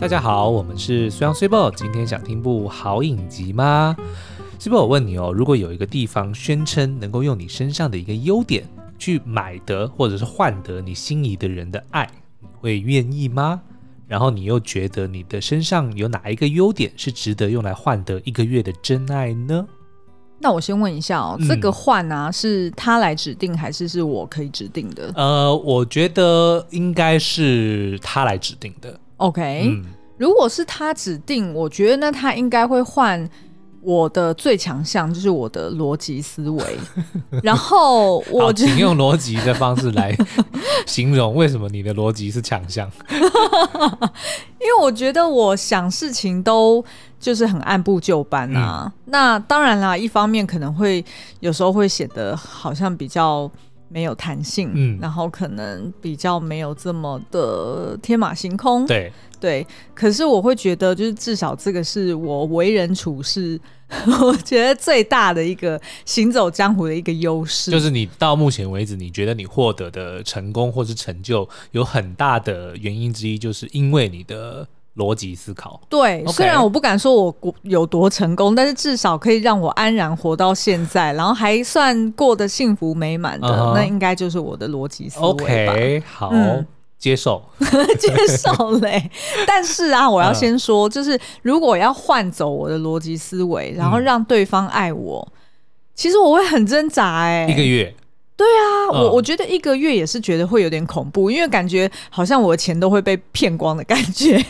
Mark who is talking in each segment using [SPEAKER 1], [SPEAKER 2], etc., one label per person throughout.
[SPEAKER 1] 大家好，我们是虽然虽报，今天想听部好影集吗？虽报，我问你哦，如果有一个地方宣称能够用你身上的一个优点去买得或者是换得你心仪的人的爱，你会愿意吗？然后你又觉得你的身上有哪一个优点是值得用来换得一个月的真爱呢？
[SPEAKER 2] 那我先问一下哦，
[SPEAKER 1] 嗯
[SPEAKER 2] 这个换啊是他来指定还是是我可以指定的
[SPEAKER 1] 呃，我觉得应该是他来指定的。
[SPEAKER 2] ？OK，、
[SPEAKER 1] 嗯，
[SPEAKER 2] 如果是他指定，我觉得那他应该会换我的最强项，就是我的逻辑思维。 然后
[SPEAKER 1] 好，
[SPEAKER 2] 我觉
[SPEAKER 1] 请
[SPEAKER 2] 得
[SPEAKER 1] 用逻辑的方式来形容为什么你的逻辑是强项。
[SPEAKER 2] 因为我觉得我想事情都就是很按部就班
[SPEAKER 1] 嗯
[SPEAKER 2] 啊。那当然啦，一方面可能会有时候会显得好像比较没有弹性，
[SPEAKER 1] 嗯
[SPEAKER 2] 然后可能比较没有这么的天马行空，
[SPEAKER 1] 对，
[SPEAKER 2] 对。可是我会觉得，就是至少这个是我为人处事， 我觉得最大的一个行走江湖的一个优势，
[SPEAKER 1] 就是你到目前为止，你觉得你获得的成功或是成就，有很大的原因之一，就是因为你的逻辑思考。
[SPEAKER 2] 对
[SPEAKER 1] OK
[SPEAKER 2] 虽然我不敢说我过有多成功，但是至少可以让我安然活到现在，然后还算过得幸福美满的
[SPEAKER 1] 嗯哼
[SPEAKER 2] 那应该就是我的逻辑思维吧
[SPEAKER 1] OK，好，
[SPEAKER 2] 嗯
[SPEAKER 1] 接受。
[SPEAKER 2] 接受嘞。但是啊，
[SPEAKER 1] 嗯
[SPEAKER 2] 我要先说，就是如果要换走我的逻辑思维，然后
[SPEAKER 1] 嗯
[SPEAKER 2] 让对方爱我，其实我会很挣扎哎、
[SPEAKER 1] 一个月，
[SPEAKER 2] 啊，
[SPEAKER 1] 嗯
[SPEAKER 2] 我我觉得一个月也是觉得会有点恐怖，因为感觉好像我的钱都会被骗光的感 觉。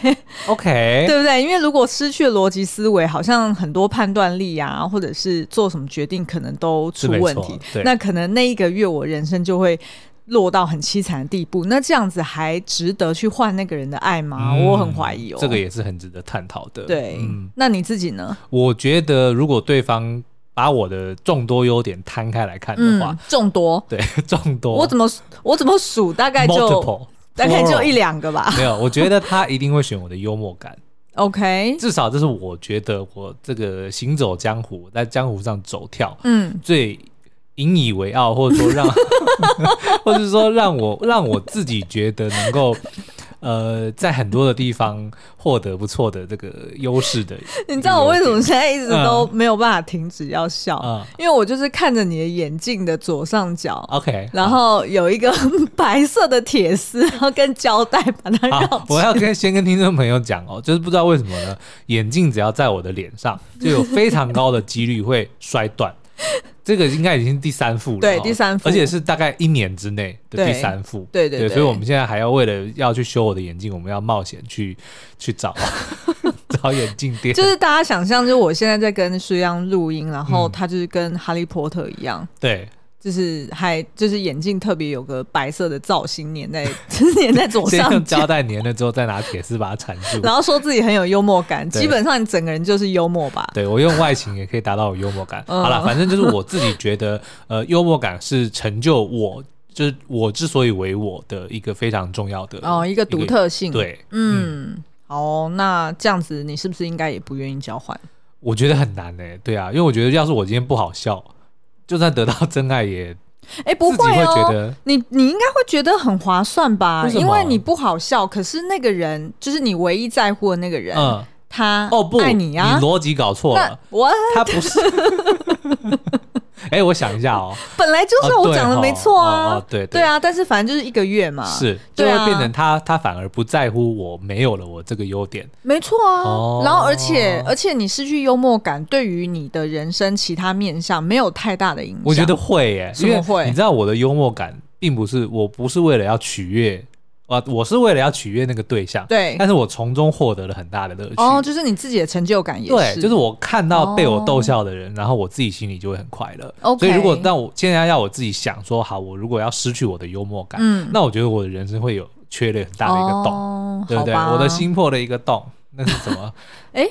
[SPEAKER 1] OK，
[SPEAKER 2] 对不对？因为如果失去了逻辑思维，好像很多判断力啊，或者是做什么决定，可能都
[SPEAKER 1] 是
[SPEAKER 2] 出
[SPEAKER 1] 没
[SPEAKER 2] 问
[SPEAKER 1] 错
[SPEAKER 2] 题
[SPEAKER 1] 对。
[SPEAKER 2] 那可能那一个月，我人生就会落到很凄惨的地步。那这样子还值得去换那个人的爱吗？
[SPEAKER 1] 嗯
[SPEAKER 2] 我很怀疑哦。
[SPEAKER 1] 这个也是很值得探讨的。
[SPEAKER 2] 对、
[SPEAKER 1] 嗯，
[SPEAKER 2] 那你自己呢？
[SPEAKER 1] 我觉得如果对方把我的众多优点摊开来看的话，
[SPEAKER 2] 嗯，众多，
[SPEAKER 1] 对 众多，
[SPEAKER 2] 我怎么我怎么数，大概就
[SPEAKER 1] multiple
[SPEAKER 2] 大概就一
[SPEAKER 1] plural
[SPEAKER 2] 两个吧。
[SPEAKER 1] 没有，我觉得他一定会选我的幽默感，
[SPEAKER 2] OK，
[SPEAKER 1] 至少这是我觉得我这个行走江湖，在江湖上走跳
[SPEAKER 2] 嗯，
[SPEAKER 1] 最引以为傲，或者说让， 或者说让我让我自己觉得能够。呃，在很多的地方获得不错的这个优势的，
[SPEAKER 2] 你知道我为什么现在一直都没有办法停止要笑？
[SPEAKER 1] 嗯
[SPEAKER 2] 因为我就是看着你的眼镜的左上角，
[SPEAKER 1] ？OK，
[SPEAKER 2] 然后有一个 白色的 铁丝，然后跟胶带把它 绕
[SPEAKER 1] 好，
[SPEAKER 2] 起
[SPEAKER 1] 我要跟先跟听众朋友讲哦，就是不知道为什么呢，眼镜只要在我的脸上，就有非常高的几率会摔断。这个应该已经是第三副了哦，
[SPEAKER 2] 对第三副
[SPEAKER 1] 而且是大概一年之内的第
[SPEAKER 2] 对
[SPEAKER 1] 三副。
[SPEAKER 2] 对对对
[SPEAKER 1] 所以我们现在还要为了要去修我的眼镜，我们要冒险去去 找找眼镜店。
[SPEAKER 2] 就是大家想象，就是我现在在跟舒央录音，然
[SPEAKER 1] 嗯
[SPEAKER 2] 后他就是跟哈利波特一样，
[SPEAKER 1] 对，
[SPEAKER 2] 就是还就是眼镜特别有个白色的造型粘在 粘在左
[SPEAKER 1] 先用
[SPEAKER 2] 上
[SPEAKER 1] 胶
[SPEAKER 2] 角，
[SPEAKER 1] 带粘了之后，再拿铁丝把它缠住。
[SPEAKER 2] 然后说自己很有幽默感，
[SPEAKER 1] 对
[SPEAKER 2] 基本上你整个人就是幽默吧。
[SPEAKER 1] 对我用外形也可以达到我幽默感。好了，
[SPEAKER 2] 嗯
[SPEAKER 1] 反正就是我自己觉得，呃，幽默感是成就我，就是我之所以为我的一个非常重要的
[SPEAKER 2] 哦，一个独特性。，
[SPEAKER 1] 对，
[SPEAKER 2] 嗯，好哦，那这样子你是不是应该也不愿意交换？
[SPEAKER 1] 我觉得很难诶、对啊，因为我觉得要是我今天不好笑，就算得到真爱也
[SPEAKER 2] 哎、 不
[SPEAKER 1] 自己会
[SPEAKER 2] 哦，
[SPEAKER 1] 觉得
[SPEAKER 2] 你你应该会觉得很划算吧？
[SPEAKER 1] 为什么
[SPEAKER 2] 因为你不好笑，可是那个人就是你唯一在乎的那个人，
[SPEAKER 1] 嗯
[SPEAKER 2] 他
[SPEAKER 1] 哦不，
[SPEAKER 2] 爱你啊。
[SPEAKER 1] 逻辑搞错
[SPEAKER 2] 那
[SPEAKER 1] 了，
[SPEAKER 2] 我
[SPEAKER 1] 他不是。 哎、我想一下哦，
[SPEAKER 2] 本来就是
[SPEAKER 1] 哦
[SPEAKER 2] 我
[SPEAKER 1] 对
[SPEAKER 2] 讲的
[SPEAKER 1] 吼
[SPEAKER 2] 没错
[SPEAKER 1] 哦
[SPEAKER 2] 啊，
[SPEAKER 1] 哦对
[SPEAKER 2] 对，啊，但是反正就是一个月嘛，
[SPEAKER 1] 是就
[SPEAKER 2] 对
[SPEAKER 1] 会
[SPEAKER 2] 啊
[SPEAKER 1] 变成他，他反而不在乎我没有了我这个优点，
[SPEAKER 2] 没错啊。
[SPEAKER 1] 哦
[SPEAKER 2] 然后而且而且你失去幽默感，对于你的人生其他面向没有太大的影响。
[SPEAKER 1] 我觉得会耶、
[SPEAKER 2] 什
[SPEAKER 1] 因
[SPEAKER 2] 么
[SPEAKER 1] 为
[SPEAKER 2] 会
[SPEAKER 1] 你知道我的幽默感并不是，我不是为了要取悦，啊，我是为了要取悦那个对象，
[SPEAKER 2] 对
[SPEAKER 1] 但是我从中获得了很大的乐趣。
[SPEAKER 2] 哦，就是你自己的成就感也是，哦
[SPEAKER 1] 对，就是我看到被我逗笑的人，然后我自己心里就会很快乐。
[SPEAKER 2] OK
[SPEAKER 1] 所以如果让我现在要我自己想说，好，我如果要失去我的幽默感，
[SPEAKER 2] 嗯
[SPEAKER 1] 那我觉得我的人生会有缺了很大的一个洞，
[SPEAKER 2] 哦、
[SPEAKER 1] 对不对？
[SPEAKER 2] 好吧
[SPEAKER 1] 我的心破了一个洞，那是什 么？
[SPEAKER 2] 哎，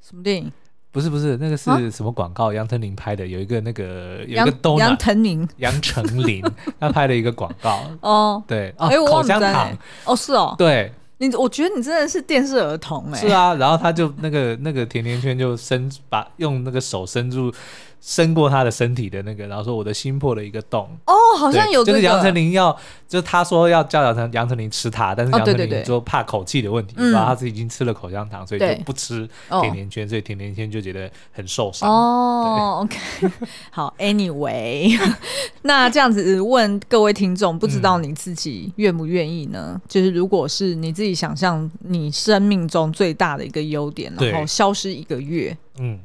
[SPEAKER 2] 什么电影？
[SPEAKER 1] 不是不是，那个是
[SPEAKER 2] 啊
[SPEAKER 1] 什么广告？杨丞琳拍的，有一个那个有一
[SPEAKER 2] 杨
[SPEAKER 1] 个 d o
[SPEAKER 2] 杨丞琳
[SPEAKER 1] 杨丞 琳他拍了一个广告，
[SPEAKER 2] 哦。
[SPEAKER 1] 对，啊，
[SPEAKER 2] 哎、我
[SPEAKER 1] 口
[SPEAKER 2] 忘了
[SPEAKER 1] 香糖
[SPEAKER 2] 欸，哦，是哦，
[SPEAKER 1] 对，啊
[SPEAKER 2] 你我觉得你真的是电视儿童哎、
[SPEAKER 1] 是，啊，然后他就那个那个甜甜圈就伸把用那个手伸入伸过他的身体的那个，然后说我的心破了一个洞。
[SPEAKER 2] 哦，好像有
[SPEAKER 1] 对
[SPEAKER 2] 这
[SPEAKER 1] 就是
[SPEAKER 2] 个，
[SPEAKER 1] 杨丞琳要，就是他说要叫杨丞杨丞琳吃它，但是
[SPEAKER 2] 哦
[SPEAKER 1] 杨丞
[SPEAKER 2] 对对
[SPEAKER 1] 琳
[SPEAKER 2] 对
[SPEAKER 1] 就怕口气的问题，
[SPEAKER 2] 嗯
[SPEAKER 1] 然后他是已经吃了口香糖，所以
[SPEAKER 2] 对
[SPEAKER 1] 就不吃
[SPEAKER 2] 哦
[SPEAKER 1] 甜甜圈，所以甜甜圈就觉得很受伤。
[SPEAKER 2] 哦，OK，好，Anyway，那 这样子问各位听众，不知道你自己愿不愿意呢？就是如果是你自己想象你生命中最大的一个优点，
[SPEAKER 1] 对
[SPEAKER 2] 然后消失一个月，
[SPEAKER 1] 嗯，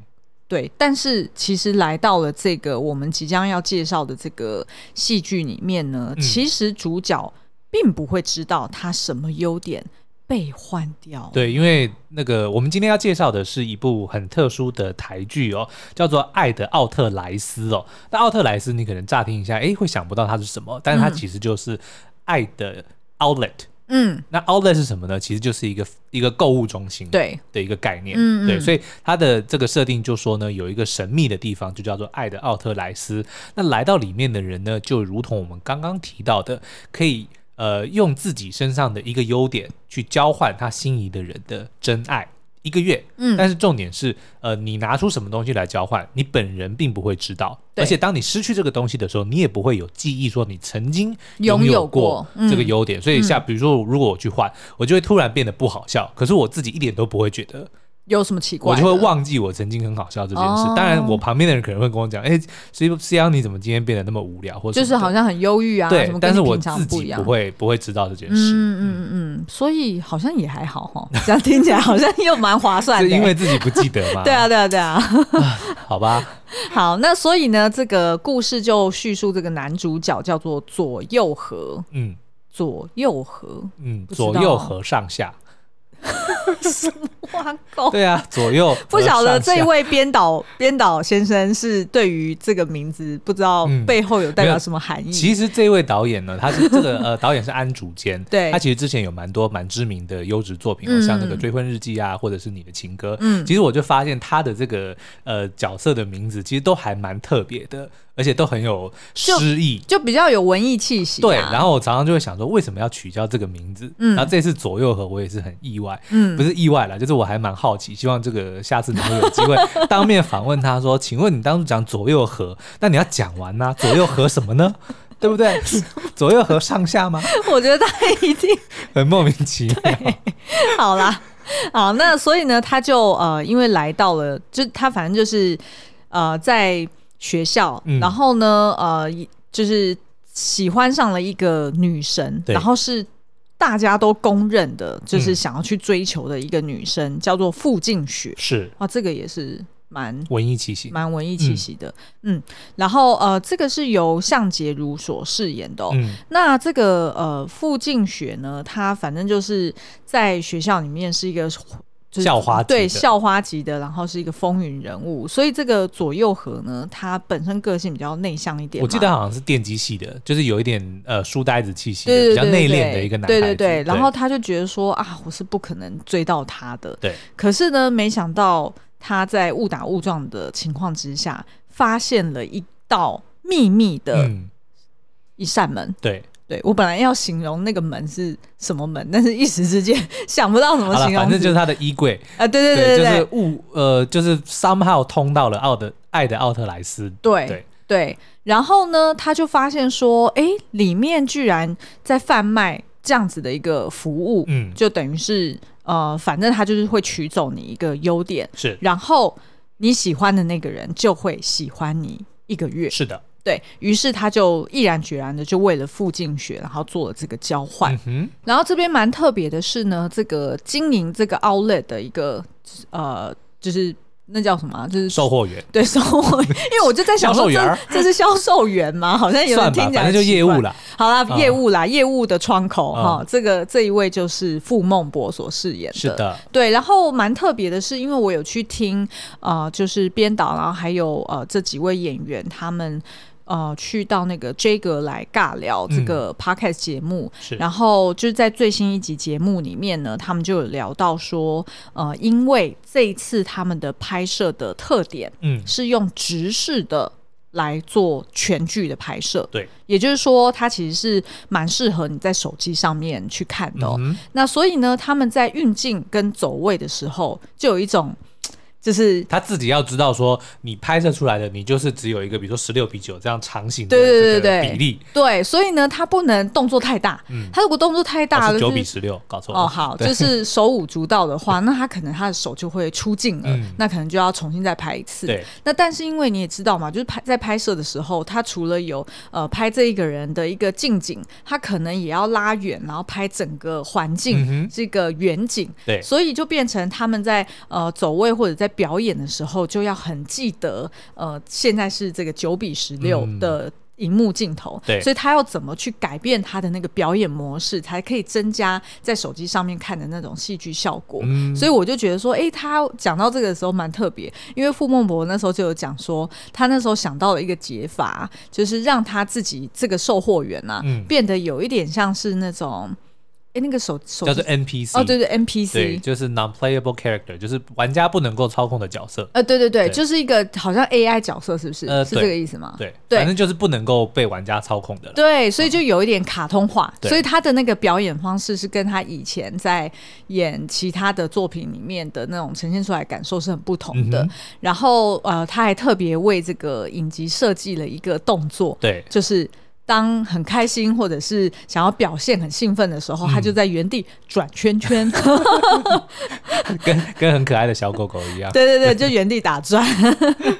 [SPEAKER 2] 对，但是其实来到了这个我们即将要介绍的这个戏剧里面呢，
[SPEAKER 1] 嗯
[SPEAKER 2] 其实主角并不会知道他什么优点被换掉，
[SPEAKER 1] 对，因为那个我们今天要介绍的是一部很特殊的台剧哦，叫做《爱的奥特莱斯》哦。那奥特莱斯，你可能乍听一下，诶，会想不到它是什么，但是它
[SPEAKER 2] 嗯
[SPEAKER 1] 其实就是爱的 outlet。
[SPEAKER 2] 嗯，
[SPEAKER 1] 那 outlet 是什么呢？其实就是一个一个购物中心。。
[SPEAKER 2] 对，
[SPEAKER 1] 的一个概念，
[SPEAKER 2] 嗯嗯
[SPEAKER 1] 对，所以它的这个设定就说呢，有一个神秘的地方，就叫做爱的奥特莱斯。那来到里面的人呢，就如同我们刚刚提到的，可以呃用自己身上的一个优点去交换他心仪的人的真爱。一个月，
[SPEAKER 2] 嗯
[SPEAKER 1] 但是重点是，呃，你拿出什么东西来交换，你本人并不会知道，
[SPEAKER 2] 对
[SPEAKER 1] 而且当你失去这个东西的时候，你也不会有记忆说你曾经
[SPEAKER 2] 拥
[SPEAKER 1] 拥有
[SPEAKER 2] 有
[SPEAKER 1] 过
[SPEAKER 2] 过
[SPEAKER 1] 这个
[SPEAKER 2] 嗯
[SPEAKER 1] 优点，所以像比如说，如果我去换，我就会突然变得不好笑，可是我自己一点都不会觉得，
[SPEAKER 2] 有什么奇
[SPEAKER 1] 我
[SPEAKER 2] 怪的？
[SPEAKER 1] 就会忘记我曾经很好笑这件事。
[SPEAKER 2] 哦
[SPEAKER 1] 当然，我旁边的人可能会跟我讲：“哎、思思阳，你怎么今天变得那么无聊？”或者
[SPEAKER 2] 就是好
[SPEAKER 1] 像
[SPEAKER 2] 像很忧郁啊，
[SPEAKER 1] 对
[SPEAKER 2] 什么，跟
[SPEAKER 1] 但
[SPEAKER 2] 你
[SPEAKER 1] 是我
[SPEAKER 2] 平常
[SPEAKER 1] 自
[SPEAKER 2] 不一
[SPEAKER 1] 己
[SPEAKER 2] 样。
[SPEAKER 1] 不会不会知道这件
[SPEAKER 2] 嗯
[SPEAKER 1] 事，
[SPEAKER 2] 嗯嗯嗯，所以好像也还好哈，这样听起来好像又蛮划 算
[SPEAKER 1] 是
[SPEAKER 2] 的。
[SPEAKER 1] 因为自己不记 得嘛？
[SPEAKER 2] 对，啊对啊对啊，
[SPEAKER 1] 好吧，
[SPEAKER 2] 好，那所以呢，这个故事就叙述这个男主角叫做左右和，
[SPEAKER 1] 嗯
[SPEAKER 2] 左右和，
[SPEAKER 1] 嗯，
[SPEAKER 2] 不知道
[SPEAKER 1] 左右和上下，
[SPEAKER 2] 哇狗，
[SPEAKER 1] 对啊，左右
[SPEAKER 2] 不晓得这一
[SPEAKER 1] 位
[SPEAKER 2] 位编导 编导先生是对于这个名字不知道
[SPEAKER 1] 嗯
[SPEAKER 2] 背后有代
[SPEAKER 1] 没
[SPEAKER 2] 表
[SPEAKER 1] 有
[SPEAKER 2] 什么含义。
[SPEAKER 1] 其实这位导演呢，他是这个呃导演是安竹间，
[SPEAKER 2] 对
[SPEAKER 1] 他其实之前有蛮多蛮知名的优质作品，哦，像那个《
[SPEAKER 2] 嗯
[SPEAKER 1] 追婚日记》啊，或者是《你的情歌》。
[SPEAKER 2] 嗯
[SPEAKER 1] 其实我就发现他的这个呃角色的名字其实都还蛮特别的，而且都很有诗意。
[SPEAKER 2] 就比较有文艺气息、啊，
[SPEAKER 1] 对，然后我常常就会想说，为什么要取消这个名字？
[SPEAKER 2] 嗯
[SPEAKER 1] 然后这次左右和我也是很意外，
[SPEAKER 2] 嗯
[SPEAKER 1] 不是意外啦，就是我还蛮好奇，希望这个下次能够有机 会当面访问他说，请问你当初讲左右和，那你要讲完呐、左右和什么 呢？对不对？左右和上下吗？
[SPEAKER 2] 我觉得他一定
[SPEAKER 1] 很莫名其 妙。
[SPEAKER 2] 好啦，好，那所以呢，他就呃，因为来到了，就他反正就是呃，在学校，
[SPEAKER 1] 嗯
[SPEAKER 2] 然后呢，呃，一就是喜欢上了一个女神，
[SPEAKER 1] 对
[SPEAKER 2] 然后是。大家都公认的，就是
[SPEAKER 1] 嗯
[SPEAKER 2] 想要去追求的一个女生，叫做傅静雪
[SPEAKER 1] 是
[SPEAKER 2] 啊，这个也是蛮
[SPEAKER 1] 文艺气息，
[SPEAKER 2] 蛮文艺气息的，嗯然后呃，这个是由向杰如所饰演的、哦，
[SPEAKER 1] 嗯
[SPEAKER 2] 那这个呃，傅静雪呢，她反正就是在学校里面是一个。就是
[SPEAKER 1] 校花级的
[SPEAKER 2] 对校花级的，然后是一个风云人物，所以这个左右和呢，她本身个性比较内向一点嘛。
[SPEAKER 1] 我记得好像是电机系的，就是有一点呃书呆子气息的，
[SPEAKER 2] 对对对
[SPEAKER 1] 比较内
[SPEAKER 2] 对
[SPEAKER 1] 敛的一个男孩
[SPEAKER 2] 对
[SPEAKER 1] 子。
[SPEAKER 2] 对对，然后他就觉得说啊，我是不可能追到他的。
[SPEAKER 1] 对，
[SPEAKER 2] 可是呢，没想到他在误打误撞的情况之下，发现了一道秘密的
[SPEAKER 1] 嗯，
[SPEAKER 2] 一扇门。
[SPEAKER 1] 对，
[SPEAKER 2] 对我本来要形容那个门是什么门，但是一时之间想不到什
[SPEAKER 1] 好
[SPEAKER 2] 么
[SPEAKER 1] 了，
[SPEAKER 2] 形容词。
[SPEAKER 1] 反正就是他的衣柜，
[SPEAKER 2] 啊，对对对对
[SPEAKER 1] 就是
[SPEAKER 2] 对
[SPEAKER 1] 物呃，就是 somehow 通到了奥的爱的奥特莱斯，
[SPEAKER 2] 对
[SPEAKER 1] 对
[SPEAKER 2] 对然后呢，他就发现说，哎，里面居然在贩卖这样子的一个服务，
[SPEAKER 1] 嗯，
[SPEAKER 2] 就等于是呃，反正他就是会取走你一个优点，
[SPEAKER 1] 是
[SPEAKER 2] 然后你喜欢的那个人就会喜欢你一个月。
[SPEAKER 1] 是的，
[SPEAKER 2] 对于是，他就毅然决然的就为了附近学，然后做了这个交换。
[SPEAKER 1] 嗯哼，
[SPEAKER 2] 然后这边蛮特别的是呢，这个经营这个 outlet 的一个呃，就是那叫什么啊、就是
[SPEAKER 1] 售货员
[SPEAKER 2] 对售货，因为我就在想
[SPEAKER 1] 销售
[SPEAKER 2] 说
[SPEAKER 1] 员
[SPEAKER 2] 这
[SPEAKER 1] 儿
[SPEAKER 2] 这是销售员吗？好像有
[SPEAKER 1] 算
[SPEAKER 2] 点
[SPEAKER 1] 吧
[SPEAKER 2] 听，起来
[SPEAKER 1] 反正就业务
[SPEAKER 2] 了。
[SPEAKER 1] 啦，
[SPEAKER 2] 好啦，
[SPEAKER 1] 嗯
[SPEAKER 2] 业务啦，业务的窗口
[SPEAKER 1] 嗯
[SPEAKER 2] 哈、这个这一位就是傅孟博所饰演
[SPEAKER 1] 是的，
[SPEAKER 2] 对，然后蛮特别的是，因为我有去听，呃，就是编导，然后还有呃这几位演员他们。呃，去到那个 J 哥来尬聊这个 podcast 节目，
[SPEAKER 1] 是
[SPEAKER 2] 然后就是在最新一集节目里面呢，他们就有聊到说，呃，因为这一次他们的拍摄的特点
[SPEAKER 1] 嗯，
[SPEAKER 2] 是用直视的来做全剧的拍摄，
[SPEAKER 1] 对，
[SPEAKER 2] 也就是说，它其实是蛮适合你在手机上面去看的哦、
[SPEAKER 1] 嗯哼
[SPEAKER 2] 那所以呢，他们在运镜跟走位的时候，就有一种嘖就是
[SPEAKER 1] 他自己要知道说，你拍摄出来的你就是只有一个，比如说十六比九这样长形的
[SPEAKER 2] 对对
[SPEAKER 1] 这个
[SPEAKER 2] 对对
[SPEAKER 1] 比例，
[SPEAKER 2] 对，所以呢，他不能动作太大。他如果动作太大了，
[SPEAKER 1] 嗯哦九
[SPEAKER 2] 就
[SPEAKER 1] 比
[SPEAKER 2] 是
[SPEAKER 1] 十六，搞错了
[SPEAKER 2] 哦，好，
[SPEAKER 1] 对
[SPEAKER 2] 就是手舞足蹈的话，那他可能他的手就会出镜了，
[SPEAKER 1] 嗯
[SPEAKER 2] 那可能就要重新再拍一次。
[SPEAKER 1] 对，
[SPEAKER 2] 那但是因为你也知道嘛，就是拍在拍摄的时候，他除了有呃拍这一个人的一个近景，他可能也要拉远，然后拍整个环
[SPEAKER 1] 嗯
[SPEAKER 2] 境、
[SPEAKER 1] 哼
[SPEAKER 2] 这个远景，
[SPEAKER 1] 对
[SPEAKER 2] 所以就变成他们在呃走位或者在表演的时候，就要很记得呃现在是这个九比十六
[SPEAKER 1] 嗯
[SPEAKER 2] 的。荧幕镜头，
[SPEAKER 1] 对
[SPEAKER 2] 所以他要怎么去改变他的那个表演模式，才可以增加在手机上面看的那种戏剧效果？
[SPEAKER 1] 嗯
[SPEAKER 2] 所以我就觉得说，诶，他讲到这个的时候蛮特别，因为傅孟博那时候就有讲说，他那时候想到了一个解法，就是让他自己这个售货员啊，
[SPEAKER 1] 嗯
[SPEAKER 2] 变得有一点像是那种，诶，那个手手
[SPEAKER 1] 叫
[SPEAKER 2] 机
[SPEAKER 1] 做 NPC，
[SPEAKER 2] 哦，对对
[SPEAKER 1] 对
[SPEAKER 2] ，NPC。
[SPEAKER 1] 就是 non-playable character，就是玩家不能够操控的角色，
[SPEAKER 2] 呃，对对对，
[SPEAKER 1] 对
[SPEAKER 2] 就是一个好像 AI 角色，是不是？
[SPEAKER 1] 呃
[SPEAKER 2] 是
[SPEAKER 1] 对
[SPEAKER 2] 这个意思吗？
[SPEAKER 1] 对，
[SPEAKER 2] 对
[SPEAKER 1] 反正就是不能够被玩家操控的了。
[SPEAKER 2] 对，所以就有一点卡通化，
[SPEAKER 1] 嗯对
[SPEAKER 2] 所以他的那个表演方式是跟他以前在演其他的作品里面的那种呈现出来的感受是很不同的。
[SPEAKER 1] 嗯
[SPEAKER 2] 然后呃，他还特别为这个影集设计了一个动作，
[SPEAKER 1] 对，
[SPEAKER 2] 就是。当很开心或者是想要表现很兴奋的时
[SPEAKER 1] 嗯
[SPEAKER 2] 候，他就在原地转圈圈，
[SPEAKER 1] 跟跟很可爱的小狗狗一样。
[SPEAKER 2] 对对对，就原地打转。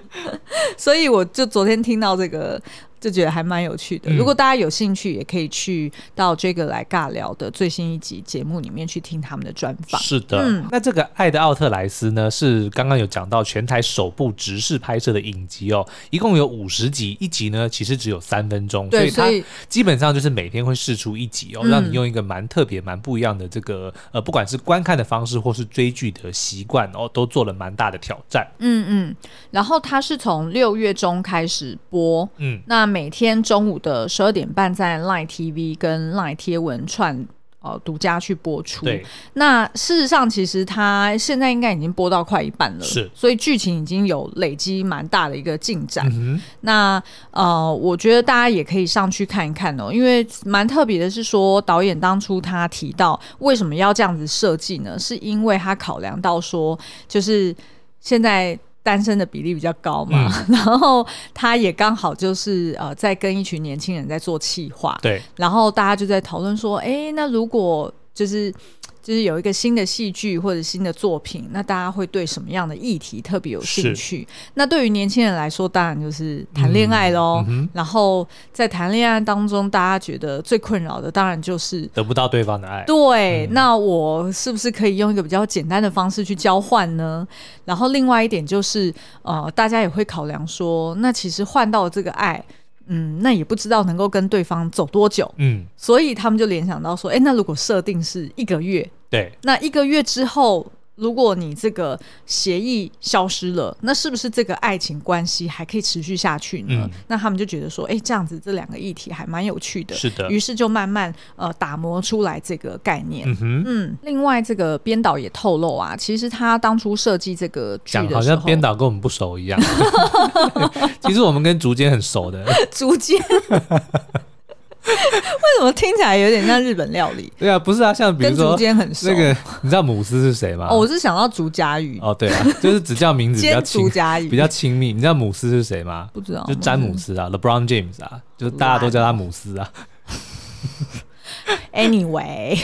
[SPEAKER 2] 所以我就昨天听到这个，就觉得还蛮有趣的。
[SPEAKER 1] 嗯
[SPEAKER 2] 如果大家有兴趣，也可以去到这个来尬聊的最新一集节目里面去听他们的专访。
[SPEAKER 1] 是的，
[SPEAKER 2] 嗯
[SPEAKER 1] 那这个《爱的奥特莱斯》呢，是刚刚有讲到全台首部直视拍摄的影集哦，一共有五十集，一集呢其实只有三分钟，
[SPEAKER 2] 对，
[SPEAKER 1] 所
[SPEAKER 2] 所
[SPEAKER 1] 以
[SPEAKER 2] 以
[SPEAKER 1] 它基本上就是每天会试出一集哦，
[SPEAKER 2] 嗯
[SPEAKER 1] 让你用一个蛮特别、蛮不一样的这个呃，不管是观看的方式或是追剧的习惯哦，都做了蛮大的挑战。
[SPEAKER 2] 嗯嗯，然后它是从六月中开始播。
[SPEAKER 1] 嗯，
[SPEAKER 2] 那每天中午的十二点半在 Line TV 跟 Line 贴文串呃独家去播出。
[SPEAKER 1] 对，
[SPEAKER 2] 那事实上，其实它现在应该已经播到快一半了，
[SPEAKER 1] 是
[SPEAKER 2] 所以剧情已经有累积蛮大的一个进展。
[SPEAKER 1] 嗯哼，
[SPEAKER 2] 那呃，我觉得大家也可以上去看一看哦，因为蛮特别的是说，导演当初他提到为什么要这样子设计呢？是因为他考量到说，就是现在。单身的比例比较高嘛，
[SPEAKER 1] 嗯
[SPEAKER 2] 然后他也刚好就是呃，在跟一群年轻人在做企划，
[SPEAKER 1] 对，
[SPEAKER 2] 然后大家就在讨论说，诶，那如果就是就是有一个新的戏剧或者新的作品，那大家会对什么样的议题特别有兴趣？那对于年轻人来说，当然就是谈恋爱喽。
[SPEAKER 1] 嗯哼，
[SPEAKER 2] 然后在谈恋爱当中，大家觉得最困扰的，当然就是。
[SPEAKER 1] 得不到对方的爱。
[SPEAKER 2] 对，
[SPEAKER 1] 嗯
[SPEAKER 2] 那我是不是可以用一个比较简单的方式去交换呢？然后另外一点就是，呃，大家也会考量说，那其实换到这个爱，嗯，那也不知道能够跟对方走多久，
[SPEAKER 1] 嗯，
[SPEAKER 2] 所以他们就联想到说，哎、那如果设定是一个月，
[SPEAKER 1] 对，
[SPEAKER 2] 那一个月之后，如果你这个协议消失了，那是不是这个爱情关系还可以持续下去呢？
[SPEAKER 1] 嗯
[SPEAKER 2] 那他们就觉得说，哎、这样子这两个议题还蛮有趣的，
[SPEAKER 1] 是的
[SPEAKER 2] 于。是就慢慢呃打磨出来这个概念。
[SPEAKER 1] 嗯哼，
[SPEAKER 2] 嗯，另外这个编导也透露啊，其实他当初设计这个剧
[SPEAKER 1] 讲
[SPEAKER 2] 的
[SPEAKER 1] 好
[SPEAKER 2] 时
[SPEAKER 1] 像
[SPEAKER 2] 候，
[SPEAKER 1] 编 导跟我们不熟一样， 其实我们跟竹间很熟的。
[SPEAKER 2] 竹间，为什么听起来有点像日本料理？
[SPEAKER 1] 对啊，不是啊，像比
[SPEAKER 2] 跟
[SPEAKER 1] 如
[SPEAKER 2] 竹
[SPEAKER 1] 说
[SPEAKER 2] 间很熟。
[SPEAKER 1] 那个，你知道母狮是谁吗？
[SPEAKER 2] 哦，我是想到竹夹鱼，
[SPEAKER 1] 啊哦，对啊，就是只叫名字比较
[SPEAKER 2] 煎
[SPEAKER 1] 亲
[SPEAKER 2] 竹，夹鱼
[SPEAKER 1] 比较亲密。你知道母狮是谁吗？
[SPEAKER 2] 不知道，
[SPEAKER 1] 就詹姆。斯啊，LeBron James 啊，就是大家都叫他母狮啊。
[SPEAKER 2] Anyway，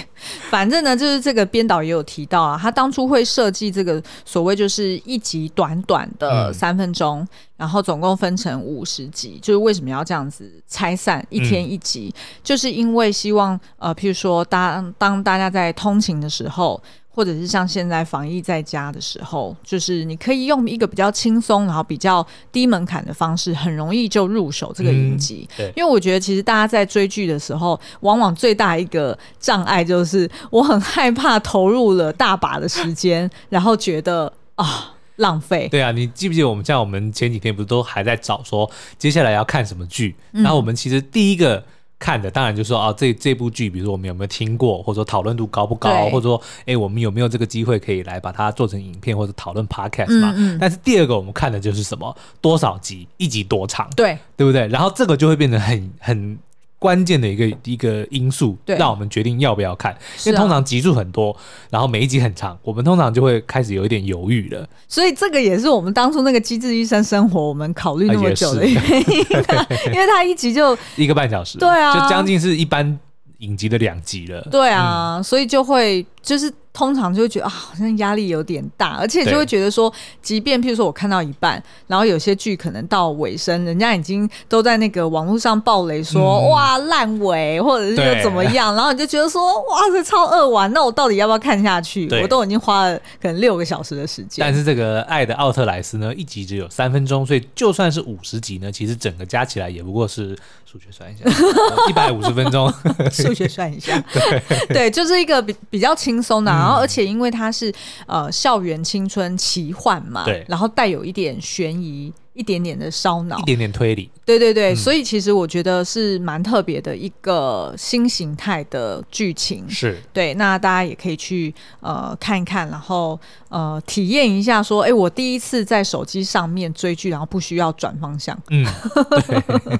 [SPEAKER 2] 反 正呢，就是这个编导也有提到啊，他当初会设计这个所谓就是一集短短的
[SPEAKER 1] 嗯
[SPEAKER 2] 三分钟，然后总共分成五十集，就是为什么要这样子拆
[SPEAKER 1] 嗯
[SPEAKER 2] 散一天一集，就是因为希望呃，譬如说当当大家在通勤的时候。或者是像现在防疫在家的时候，就是你可以用一个比较轻松，然后比较低门槛的方式，很容易就入手这个影
[SPEAKER 1] 嗯
[SPEAKER 2] 集。
[SPEAKER 1] 对
[SPEAKER 2] 因为我觉得其实大家在追剧的时候，往往最大一个障碍就是我很害怕投入了大把的时间，然后觉得啊浪费。
[SPEAKER 1] 对啊，你记不记得我们像我们前几天不是都还在找说接下来要看什么剧？
[SPEAKER 2] 嗯
[SPEAKER 1] 然后我们其实第一个。看的当然就说啊，这这部剧，比如说我们有没有听过，或者说讨论度高不高，
[SPEAKER 2] 对
[SPEAKER 1] 或者说哎、我们有没有这个机会可以来把它做成影片或者讨论 podcast
[SPEAKER 2] 嗯
[SPEAKER 1] 嘛？
[SPEAKER 2] 嗯
[SPEAKER 1] 但是第二个我们看的就是什么，多少集，一集多长，
[SPEAKER 2] 对
[SPEAKER 1] 对不对？然后这个就会变得很很关键的一个一个因素，
[SPEAKER 2] 对
[SPEAKER 1] 让我们决定要不要看。因
[SPEAKER 2] 是
[SPEAKER 1] 为
[SPEAKER 2] 啊
[SPEAKER 1] 通常集数很多，然后每一集很长，我们通常就会开始有一点犹豫了。
[SPEAKER 2] 所以这个也是我们当初那个《机智医生生活》我们考虑那么久的原因、 啊，因为他一集就
[SPEAKER 1] 一个半小时，
[SPEAKER 2] 对啊
[SPEAKER 1] 就将近是一般影集的嗯两集了。
[SPEAKER 2] 对啊，所以就会就是通常就会觉得啊，好像压力有点大，而且就会
[SPEAKER 1] 对
[SPEAKER 2] 觉得说，即便譬如说我看到一半，然后有些剧可能到尾声，人家已经都在那个网络上爆雷说、
[SPEAKER 1] 嗯
[SPEAKER 2] 哇烂尾，或者是
[SPEAKER 1] 对
[SPEAKER 2] 又怎么 样，然后你就觉得说哇这超恶玩，那我到底要不要看下去？
[SPEAKER 1] 对
[SPEAKER 2] 我都已经花了可能六个小时的时间，
[SPEAKER 1] 但是这个《爱的奥特莱斯》呢，一集只有三分钟，所以就算是五十集呢，其实整个加起来也不过是数学算一下，呃一百五十分 钟。
[SPEAKER 2] 数学算一 下， 对，就是一个比比较轻松
[SPEAKER 1] 嗯
[SPEAKER 2] 的，然后而且因为它是呃校园青春奇幻嘛，
[SPEAKER 1] 对
[SPEAKER 2] 然后带有一点悬疑，一点点的烧脑
[SPEAKER 1] 一，点嗯点推理，
[SPEAKER 2] 对对对，所以其实我觉得是蛮特别的一个新形态的剧情。
[SPEAKER 1] 是
[SPEAKER 2] 对，那大家也可以去呃看一看，然后呃体验一下说，哎，我第一次在手机上面追剧，然后不需要转方向。
[SPEAKER 1] 嗯，对。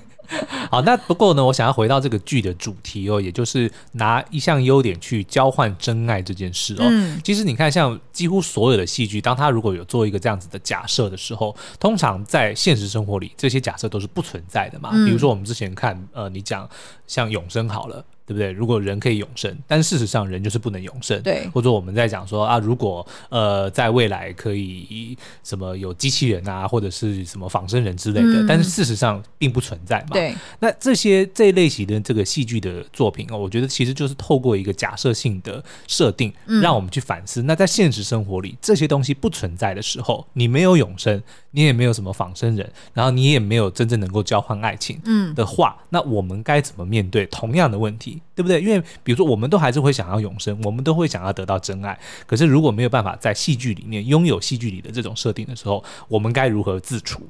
[SPEAKER 1] 好，那不过呢，我想要回到这个剧的主题哦，也就是拿一项优点去交换真爱这件事哦。
[SPEAKER 2] 嗯
[SPEAKER 1] 其实你看，像几乎所有的戏剧，当它如果有做一个这样子的假设的时候，通常在现实生活里，这些假设都是不存在的嘛。
[SPEAKER 2] 嗯
[SPEAKER 1] 比如说我们之前看，呃，你讲像永生好了。对不对？如果人可以永生，但事实上人就是不能永生。
[SPEAKER 2] 对
[SPEAKER 1] 或者我们在讲说啊，如果呃在未来可以什么有机器人啊，或者是什么仿生人之类的，
[SPEAKER 2] 嗯
[SPEAKER 1] 但是事实上并不存在嘛。
[SPEAKER 2] 对，
[SPEAKER 1] 那这些这一类型的这个戏剧的作品哦，我觉得其实就是透过一个假设性的设定，让我们去反思。那在现实生活里，这些东西不存在的时候，你没有永生，你也没有什么仿生人，然后你也没有真正能够交换爱情，
[SPEAKER 2] 嗯，
[SPEAKER 1] 的话，那我们该怎么面对同样的问题，对不对？因为比如说，我们都还是会想要永生，我们都会想要得到真爱。可是如果没有办法在戏剧里面拥有戏剧里的这种设定的时候，我们该如何自处？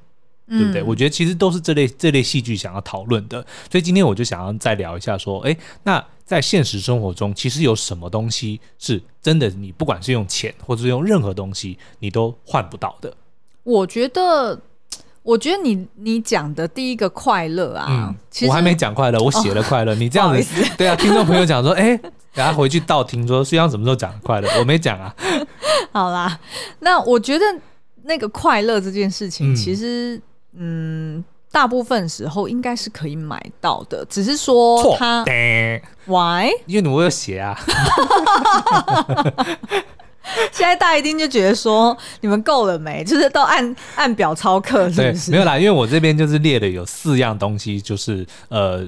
[SPEAKER 1] 对不对？
[SPEAKER 2] 嗯
[SPEAKER 1] 我觉得其实都是这类这类戏剧想要讨论的，所以今天我就想要再聊一下，说，诶，那在现实生活中，其实有什么东西是真的，你不管是用钱，或者是用任何东西，你都换不到的。
[SPEAKER 2] 我觉得，我觉得你你讲的第一个快乐啊，
[SPEAKER 1] 嗯
[SPEAKER 2] 其，实哦
[SPEAKER 1] 我还没讲快乐，我写了快乐，你这样
[SPEAKER 2] 不好意
[SPEAKER 1] 子，对啊，听众朋友讲说，哎、等下回去倒听说，虽然什么时候讲快乐，我没讲啊，
[SPEAKER 2] 好啦。那我觉得那个快乐这件事情，
[SPEAKER 1] 嗯
[SPEAKER 2] 其实嗯大部分时候应该是可以买到的，只是说
[SPEAKER 1] 错，
[SPEAKER 2] 它
[SPEAKER 1] 叮
[SPEAKER 2] why
[SPEAKER 1] 因为我有写啊，
[SPEAKER 2] 现在大家一定就觉得说你们够了没？就是都按按表操课，是
[SPEAKER 1] 对
[SPEAKER 2] 不，是？
[SPEAKER 1] 没有啦，因为我这边就是列的有四样东西，就是呃。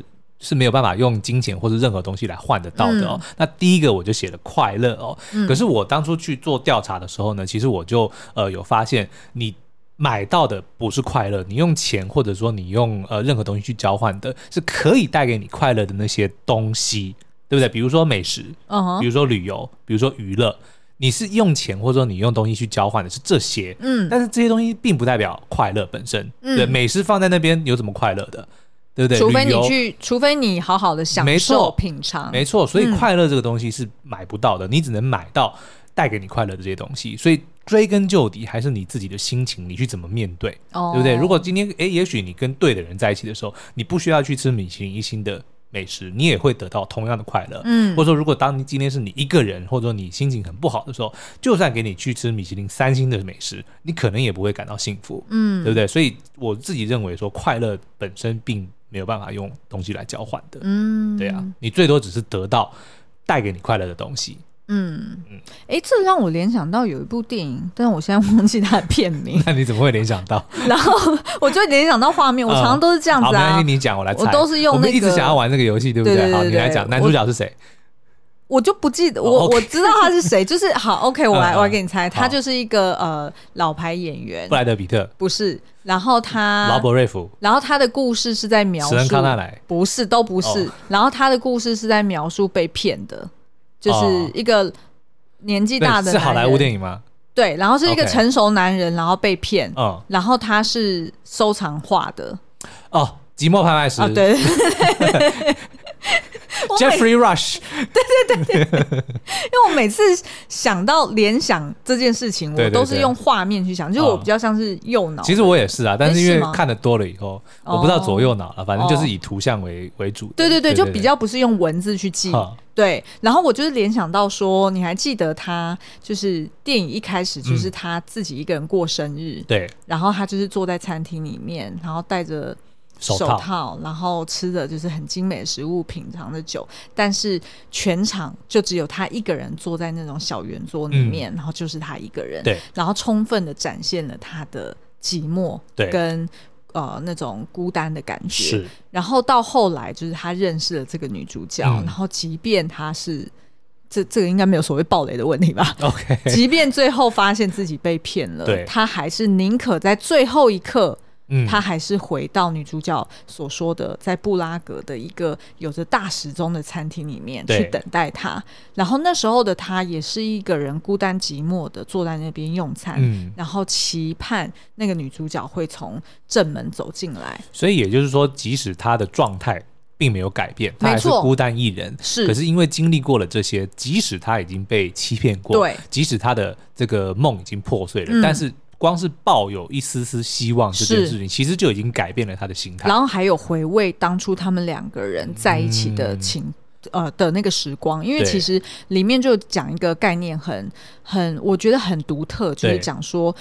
[SPEAKER 1] 是没有办法用金钱或者任何东西来换得到
[SPEAKER 2] 嗯
[SPEAKER 1] 的哦。那第一个我就写了快乐哦，可是我当初去做调查的时候呢，其实我就呃有发现，你买到的不是快乐，你用钱或者说你用呃任何东西去交换的，是可以带给你快乐的那些东西，对不对？比如说美食，
[SPEAKER 2] 嗯哼
[SPEAKER 1] 比如说旅游，比如说娱乐，你是用钱或者说你用东西去交换的是这些，
[SPEAKER 2] 嗯
[SPEAKER 1] 但是这些东西并不代表快乐本身，
[SPEAKER 2] 嗯
[SPEAKER 1] 对，美食放在那边有什么快乐的，对不对？
[SPEAKER 2] 除非
[SPEAKER 1] 旅
[SPEAKER 2] 你
[SPEAKER 1] 游
[SPEAKER 2] 去，除非你好好的享
[SPEAKER 1] 没
[SPEAKER 2] 受
[SPEAKER 1] 错
[SPEAKER 2] 品尝，
[SPEAKER 1] 没错，所以
[SPEAKER 2] 嗯
[SPEAKER 1] 快乐这个东西是买不到的，你只能买到带给你快乐的这些东西，所以。追根究底，还是你自己的心情，你去怎么面对，
[SPEAKER 2] 哦
[SPEAKER 1] 对不对？如果今天，诶，也许你跟对的人在一起的时候，你不需要去吃米其林一星的美食，你也会得到同样的快乐。
[SPEAKER 2] 嗯
[SPEAKER 1] 或者说，如果当你今天是你一个人，或者说你心情很不好的时候，就算给你去吃米其林三星的美食，你可能也不会感到幸福。
[SPEAKER 2] 嗯
[SPEAKER 1] 对不对？所以我自己认为说，快乐本身并没有办法用东西来交换的。
[SPEAKER 2] 嗯
[SPEAKER 1] 对啊，你最多只是得到带给你快乐的东西。 ，
[SPEAKER 2] 嗯，哎、这让我联想到有一部电影，但我现在忘记它的片名
[SPEAKER 1] 那你怎么会联想到？
[SPEAKER 2] 然后我就联想到画面，我常常都是这样
[SPEAKER 1] 嗯好，
[SPEAKER 2] 子
[SPEAKER 1] 没关
[SPEAKER 2] 啊
[SPEAKER 1] 系，，你讲，我来猜。
[SPEAKER 2] 我都是用
[SPEAKER 1] 我
[SPEAKER 2] 那个
[SPEAKER 1] 们一直想要玩这个游戏，对不
[SPEAKER 2] 对对对
[SPEAKER 1] 好，
[SPEAKER 2] 对
[SPEAKER 1] 你来
[SPEAKER 2] 对
[SPEAKER 1] 讲，
[SPEAKER 2] 我
[SPEAKER 1] 男主角是谁？
[SPEAKER 2] 我就不记得，
[SPEAKER 1] 哦
[SPEAKER 2] 我、
[SPEAKER 1] OK
[SPEAKER 2] 我知道他是谁，就是好，OK，我来
[SPEAKER 1] 嗯嗯
[SPEAKER 2] 我来给你猜，他
[SPEAKER 1] 好
[SPEAKER 2] 就是一个呃老牌演员
[SPEAKER 1] 布，莱德比特、
[SPEAKER 2] 不是，然后他
[SPEAKER 1] 劳，勃瑞福、
[SPEAKER 2] 然后他的故事是在描
[SPEAKER 1] 史恩
[SPEAKER 2] 述
[SPEAKER 1] 康纳莱。
[SPEAKER 2] 不是，都不是。
[SPEAKER 1] 哦
[SPEAKER 2] 然后他的故事是在描述被骗的，就是
[SPEAKER 1] 哦
[SPEAKER 2] 一个年纪大的
[SPEAKER 1] 对是好莱坞电
[SPEAKER 2] 影，
[SPEAKER 1] 影吗？
[SPEAKER 2] 对，然后是一个
[SPEAKER 1] OK
[SPEAKER 2] 成熟男人，然后被骗，
[SPEAKER 1] 嗯，
[SPEAKER 2] 然后他是收藏画的
[SPEAKER 1] 哦，《寂寞拍卖师
[SPEAKER 2] 啊，》。对， 我每
[SPEAKER 1] Jeffrey Rush，
[SPEAKER 2] 因为我每次想到联想这件事情，
[SPEAKER 1] 对
[SPEAKER 2] 我
[SPEAKER 1] 对
[SPEAKER 2] 都是
[SPEAKER 1] 对啊
[SPEAKER 2] 用画面去想，就是我比较像是右脑。
[SPEAKER 1] 其实我也是啊，但是因
[SPEAKER 2] 是
[SPEAKER 1] 为
[SPEAKER 2] 吗
[SPEAKER 1] 看的多了以后，我不知道左右脑啊了，反正就是
[SPEAKER 2] 哦
[SPEAKER 1] 以图像为为主的。
[SPEAKER 2] 对对对，就比较不是用文字去记。
[SPEAKER 1] 好
[SPEAKER 2] 对，然后我就是联想到说，你还记得他就是电影一开始就是他自己一个人过生日，
[SPEAKER 1] 嗯对
[SPEAKER 2] 然后他就是坐在餐厅里面，然后戴着
[SPEAKER 1] 手
[SPEAKER 2] 手
[SPEAKER 1] 套
[SPEAKER 2] 套，然后吃的就是很精美的食物，品尝的酒，但是全场就只有他一个人坐在那种小圆桌里面，然后就是他一个人，
[SPEAKER 1] 嗯对
[SPEAKER 2] 然后充分的展现了他的寂寞
[SPEAKER 1] 对
[SPEAKER 2] 跟呃那种孤单的感觉。
[SPEAKER 1] 是，
[SPEAKER 2] 然后到后来，就是他认识了这个女主角，
[SPEAKER 1] 嗯？
[SPEAKER 2] 然后即便他是这这个应该没有所谓暴雷的问题吧
[SPEAKER 1] OK，
[SPEAKER 2] 即便最后发现自己被骗了
[SPEAKER 1] 对，
[SPEAKER 2] 他还是宁可在最后一刻，
[SPEAKER 1] 嗯，
[SPEAKER 2] 他还是回到女主角所说的，在布拉格的一个有着大时钟的餐厅里面
[SPEAKER 1] 对
[SPEAKER 2] 去等待他。然后那时候的他也是一个人孤单寂寞的坐在那边用餐，
[SPEAKER 1] 嗯，
[SPEAKER 2] 然后期盼那个女主角会从正门走进来。
[SPEAKER 1] 所以也就是说，即使他的状态并没有改变，他还是
[SPEAKER 2] 没错
[SPEAKER 1] 孤单一人。
[SPEAKER 2] 是
[SPEAKER 1] 可是因为经历过了这些，即使他已经被欺骗过，
[SPEAKER 2] 对，
[SPEAKER 1] 即使他的这个梦已经破碎了，
[SPEAKER 2] 嗯
[SPEAKER 1] 但是光是抱有一丝丝希望这件
[SPEAKER 2] 是
[SPEAKER 1] 事情，其实就已经改变了他的心态。
[SPEAKER 2] 然后还有回味当初他们两个人在一起的情。呃的那个时光，因为
[SPEAKER 1] 嗯对
[SPEAKER 2] 其实里面就讲一个概念很很，我觉得很独特，就
[SPEAKER 1] 对
[SPEAKER 2] 是讲说，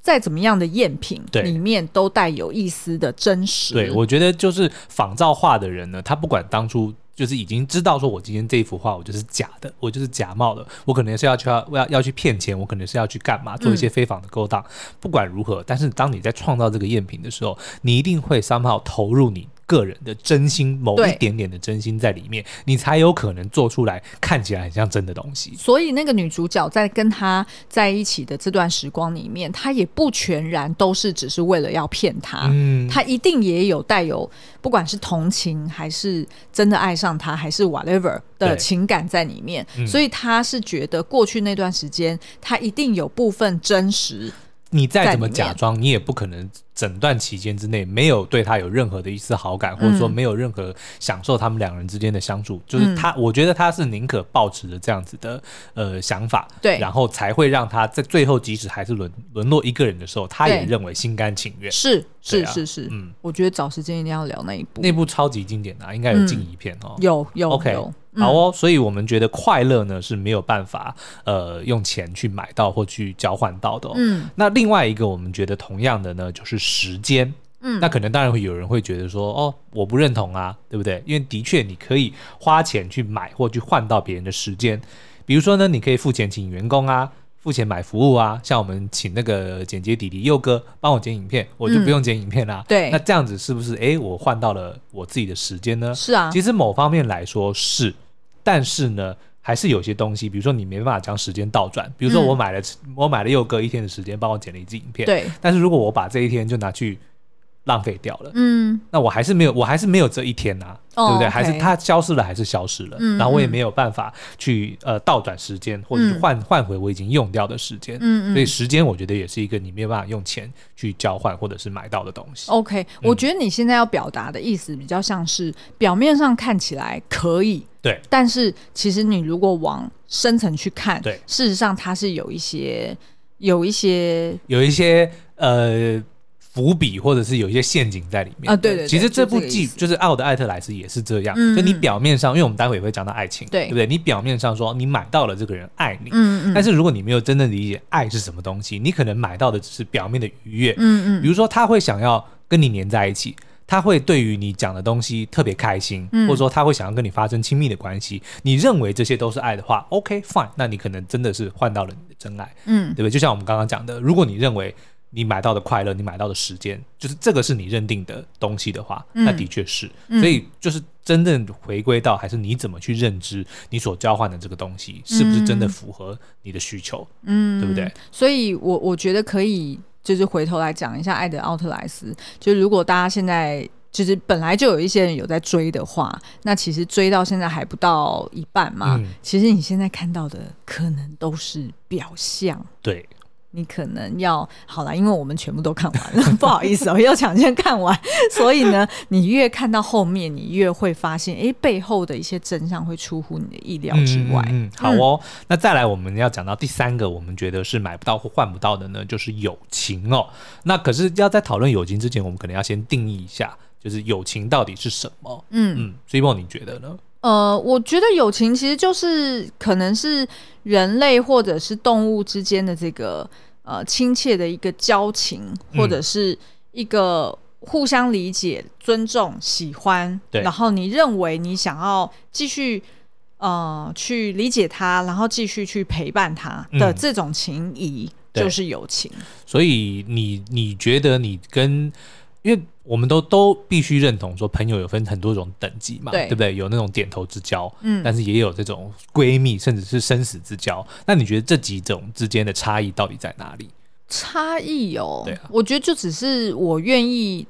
[SPEAKER 2] 再怎么样的赝品
[SPEAKER 1] 对
[SPEAKER 2] 里面都带有一丝的真实。
[SPEAKER 1] 对，我觉得就是仿造画的人呢，他不管当初就是已经知道说我今天这一幅画我就是假的，我就是假冒的，我可能是要去要要要去骗钱，我可能是要去干
[SPEAKER 2] 嗯
[SPEAKER 1] 嘛，做一些非法的勾当。不管如何，但是当你在创造这个赝品的时候，你一定会 somehow 投入你。个人的真心，某一
[SPEAKER 2] 对
[SPEAKER 1] 点点的真心在里面，你才有可能做出来看起来很像真的东西。
[SPEAKER 2] 所以那个女主角在跟他在一起的这段时光里面，她也不全然都是只是为了要骗他，
[SPEAKER 1] 嗯，
[SPEAKER 2] 他一定也有带有不管是同情还是真的爱上他，还是 whatever
[SPEAKER 1] 对
[SPEAKER 2] 的情感在里面，
[SPEAKER 1] 嗯
[SPEAKER 2] 所以他是觉得过去那段时间，他一定有部分真实。
[SPEAKER 1] 你再
[SPEAKER 2] 在
[SPEAKER 1] 怎么
[SPEAKER 2] 里面
[SPEAKER 1] 假装，你也不可能整段期间之内没有对他有任何的一丝好感，
[SPEAKER 2] 嗯
[SPEAKER 1] 或者说没有任何享受他们两人之间的相处。就是他，我觉得他是宁可抱持着这样子的呃想法，
[SPEAKER 2] 对
[SPEAKER 1] 然后才会让他在最后即使还是沦沦落一个人的时候，他也
[SPEAKER 2] 对
[SPEAKER 1] 认为心甘情愿。
[SPEAKER 2] 是
[SPEAKER 1] 对
[SPEAKER 2] 是
[SPEAKER 1] 啊
[SPEAKER 2] 是是，
[SPEAKER 1] 嗯
[SPEAKER 2] 我觉得找时间一定要聊那一部。
[SPEAKER 1] 那部超级经典的、啊，应该有
[SPEAKER 2] 嗯
[SPEAKER 1] 近一片哦。
[SPEAKER 2] 有有
[SPEAKER 1] OK，
[SPEAKER 2] 有，嗯
[SPEAKER 1] 好哦，所以我们觉得快乐呢是没有办法呃用钱去买到或去交换到的、哦。
[SPEAKER 2] 嗯，
[SPEAKER 1] 那另外一个我们觉得同样的呢，就是时间。
[SPEAKER 2] 嗯
[SPEAKER 1] 那可能当然会有人会觉得说，哦，我不认同啊，对不对？因为的确你可以花钱去买或去换到别人的时间，比如说呢，你可以付钱请员工啊，付钱买服务啊，像我们请那个剪接弟弟佑哥帮我剪影片，我就不用剪影片啦、
[SPEAKER 2] 嗯对
[SPEAKER 1] 那这样子是不是？诶，我换到了我自己的时间呢？
[SPEAKER 2] 是啊，
[SPEAKER 1] 其实某方面来说是，但是呢，还是有些东西，比如说你没办法将时间倒转。比如说
[SPEAKER 2] 嗯
[SPEAKER 1] 我买了、我买了佑哥一天的时间帮我剪了一支影片，。
[SPEAKER 2] 对，
[SPEAKER 1] 但是如果我把这一天就拿去浪费掉了，
[SPEAKER 2] 嗯
[SPEAKER 1] 那我还是没有，我还是没有这一天呐、
[SPEAKER 2] 哦
[SPEAKER 1] 对不对？
[SPEAKER 2] OK
[SPEAKER 1] 还是它消失了，还是消失了，
[SPEAKER 2] 嗯
[SPEAKER 1] 然后我也没有办法去呃倒转时间，或者是
[SPEAKER 2] 嗯
[SPEAKER 1] 换、换回我已经用掉的时间。
[SPEAKER 2] 嗯嗯
[SPEAKER 1] 所以时间我觉得也是一个你没有办法用钱去交换或者是买到的东西。
[SPEAKER 2] ，OK，我觉得你现在要表达的意思比较像是表面上看起来可以，
[SPEAKER 1] 对，
[SPEAKER 2] 但是其实你如果往深层去看，
[SPEAKER 1] 对
[SPEAKER 2] 事实上它是有一些有一些
[SPEAKER 1] 有一些呃伏笔或者是有一些陷阱在里面
[SPEAKER 2] 啊对对对
[SPEAKER 1] 其实这
[SPEAKER 2] 就
[SPEAKER 1] 部
[SPEAKER 2] 这个
[SPEAKER 1] 剧
[SPEAKER 2] 意思
[SPEAKER 1] 就是《奥的艾特莱斯》也是这样，
[SPEAKER 2] 嗯
[SPEAKER 1] 就你
[SPEAKER 2] 嗯
[SPEAKER 1] 表面上，因为我们待会也会讲到爱情，
[SPEAKER 2] 对
[SPEAKER 1] 不对？你表面上说你买到了这个人爱你，
[SPEAKER 2] 嗯嗯
[SPEAKER 1] 但是如果你没有真正理解爱是什么东西，你可能买到的只是表面的愉悦。
[SPEAKER 2] 嗯
[SPEAKER 1] 比如说，他会想要跟你黏在一起，他会对于你讲的东西特别开心，
[SPEAKER 2] 嗯
[SPEAKER 1] 或者说他会想要跟你发生亲密的关系。你认为这些都是爱的话，OK fine，那你可能真的是换到了你的真爱，
[SPEAKER 2] 嗯
[SPEAKER 1] 对不对？就像我们刚刚讲的，如果你认为你买到的快乐，你买到的时间，就是这个是你认定的东西的话，
[SPEAKER 2] 嗯
[SPEAKER 1] 那的确是。
[SPEAKER 2] 嗯
[SPEAKER 1] 所以就是真正回归到还是你怎么去认知你所交换的这个东西，是不是真的符合你的需求，
[SPEAKER 2] 嗯
[SPEAKER 1] 对不对？？
[SPEAKER 2] 所以我我觉得可以就是回头来讲一下《爱的奥特莱斯》，就如果大家现在。就是本来就有一些人有在追的话，那其实追到现在还不到一半嘛。
[SPEAKER 1] 嗯
[SPEAKER 2] 其实你现在看到的可能都是表象，
[SPEAKER 1] 对，
[SPEAKER 2] 你可能要好了，因为我们全部都看完了， 不好意思哦，要抢先看完， 所以呢，你越看到后面，你越会发现，诶，背后的一些真相会出乎你的意料之外。
[SPEAKER 1] 嗯嗯嗯好哦，那再来我们要讲到第三个，我们觉得是买不到或换不到的呢，就是友情哦。那可是要在讨论友情之前，我们可能要先定义一下，就是友情到底是什么？
[SPEAKER 2] 嗯
[SPEAKER 1] 嗯 s i b o 你觉得呢？
[SPEAKER 2] 呃，我觉得友情其实就是可能是人类或者是动物之间的这个呃亲切的一个交情，
[SPEAKER 1] 嗯
[SPEAKER 2] 或者是一个互相理解、尊重、喜欢，
[SPEAKER 1] 对
[SPEAKER 2] 然后你认为你想要继续呃去理解他，然后继续去陪伴他的
[SPEAKER 1] 嗯
[SPEAKER 2] 这种情谊。
[SPEAKER 1] 对
[SPEAKER 2] 就是友情，
[SPEAKER 1] 所以你你觉得你跟，因为我们都都必须认同说，朋友有分很多种等级嘛，
[SPEAKER 2] 对
[SPEAKER 1] 不对？有那种点头之交，
[SPEAKER 2] 嗯
[SPEAKER 1] 但是也有这种闺蜜，甚至是生死之交。那你觉得这几种之间的差异到底在哪里？
[SPEAKER 2] 差异哦
[SPEAKER 1] 对啊
[SPEAKER 2] 我觉得就只是我愿意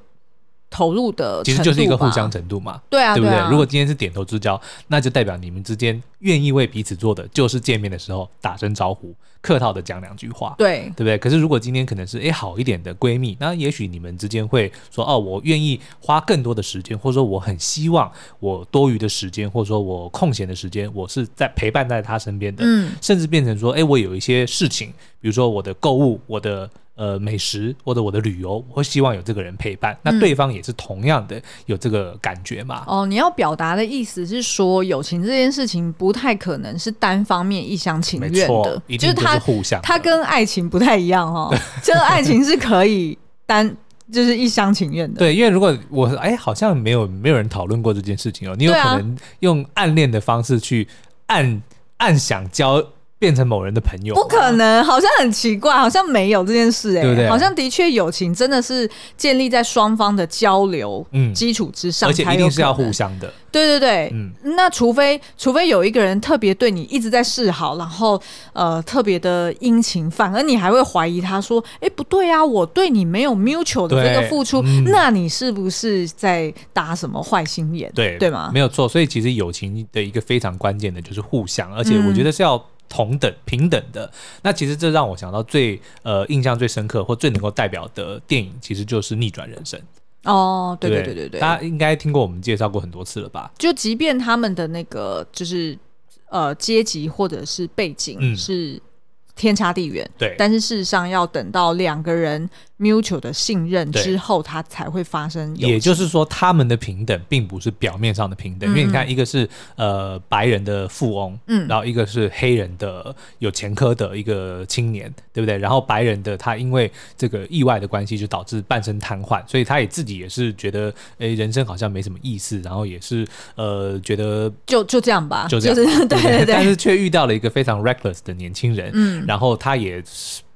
[SPEAKER 2] 投入的，
[SPEAKER 1] 其实就是一个互相程度嘛。
[SPEAKER 2] 对啊，
[SPEAKER 1] 对不
[SPEAKER 2] 对
[SPEAKER 1] 对？
[SPEAKER 2] 啊
[SPEAKER 1] 如果今天是点头之交，那就代表你们之间愿意为彼此做的，就是见面的时候打声招呼，客套的讲两句话，
[SPEAKER 2] 对
[SPEAKER 1] 对不对？可是如果今天可能是诶好一点的闺蜜，那也许你们之间会说哦，我愿意花更多的时间，或者说我很希望我多余的时间，或者说我空闲的时间，我是在陪伴在她身边的，
[SPEAKER 2] 嗯，
[SPEAKER 1] 甚至变成说，哎、我有一些事情，比如说我的购物、我的呃美食或者我的旅游，我会希望有这个人陪伴。那对方也是同样的有这个感觉嘛？
[SPEAKER 2] 嗯哦，你要表达的意思是说，友情这件事情不太可能是单方面一厢情
[SPEAKER 1] 没
[SPEAKER 2] 愿
[SPEAKER 1] 错
[SPEAKER 2] 的，，
[SPEAKER 1] 一
[SPEAKER 2] 就
[SPEAKER 1] 定就是
[SPEAKER 2] 是
[SPEAKER 1] 啊
[SPEAKER 2] 它
[SPEAKER 1] 互相的。
[SPEAKER 2] 它跟爱情不太一样哦，这个爱情是可以单就是一厢情愿的。
[SPEAKER 1] 对，因为如果我哎、好像没有没有人讨论过这件事情哦。你有
[SPEAKER 2] 对啊
[SPEAKER 1] 可能用暗恋的方式去暗暗想交变成某人的朋友，
[SPEAKER 2] 不可。能，好像很奇怪，好像没有这件事哎、
[SPEAKER 1] 对不对
[SPEAKER 2] 好像的确友情真的是建立在双方的交流
[SPEAKER 1] 嗯
[SPEAKER 2] 基础之上
[SPEAKER 1] 而且
[SPEAKER 2] 才有可能，
[SPEAKER 1] 一定是要互相的，
[SPEAKER 2] 对对对，
[SPEAKER 1] 嗯
[SPEAKER 2] 那除非除非有一个人特别对你一直在示好，然后呃特别的殷勤，反而你还会怀疑他说，哎不对啊，我对你没有 mutual 的这个
[SPEAKER 1] 对
[SPEAKER 2] 付出，
[SPEAKER 1] 嗯
[SPEAKER 2] 那你是不是在打什么坏心眼？
[SPEAKER 1] 对
[SPEAKER 2] 对吗
[SPEAKER 1] 没？有错，所以其实友情的一个非常关键的就是互相，而且我觉得是要同等、平等的。那其实这让我想到最呃印象最深刻或最能够代表的电影，其实就是《逆转人生》，
[SPEAKER 2] 哦，对
[SPEAKER 1] 对
[SPEAKER 2] 对
[SPEAKER 1] 不
[SPEAKER 2] 对对对，
[SPEAKER 1] 大家应该听过我们介绍过很多次了吧？
[SPEAKER 2] 就即便他们的那个就是呃阶级或者是背景
[SPEAKER 1] 嗯
[SPEAKER 2] 是天差地远。
[SPEAKER 1] 对，
[SPEAKER 2] 但是事实上，要等到两个人 mutual 的信任
[SPEAKER 1] 对
[SPEAKER 2] 之后，它才会发生友情。
[SPEAKER 1] 也就是说，他们的平等并不是表面上的平等，因为你
[SPEAKER 2] 嗯
[SPEAKER 1] 看，一个是呃白人的富翁，
[SPEAKER 2] 嗯
[SPEAKER 1] 然后一个是黑人的有前科的一个青年，对不对？然后白人的他因为这个意外的关系，就导致半身瘫痪，所以他也自己也是觉得，诶，人生好像没什么意思，然后也是呃觉得
[SPEAKER 2] 就啊就这样吧，
[SPEAKER 1] 就这样，
[SPEAKER 2] 是 对对
[SPEAKER 1] 但
[SPEAKER 2] 对，
[SPEAKER 1] 是却遇到了一个非常 reckless 的年轻人，
[SPEAKER 2] 嗯
[SPEAKER 1] 然后他也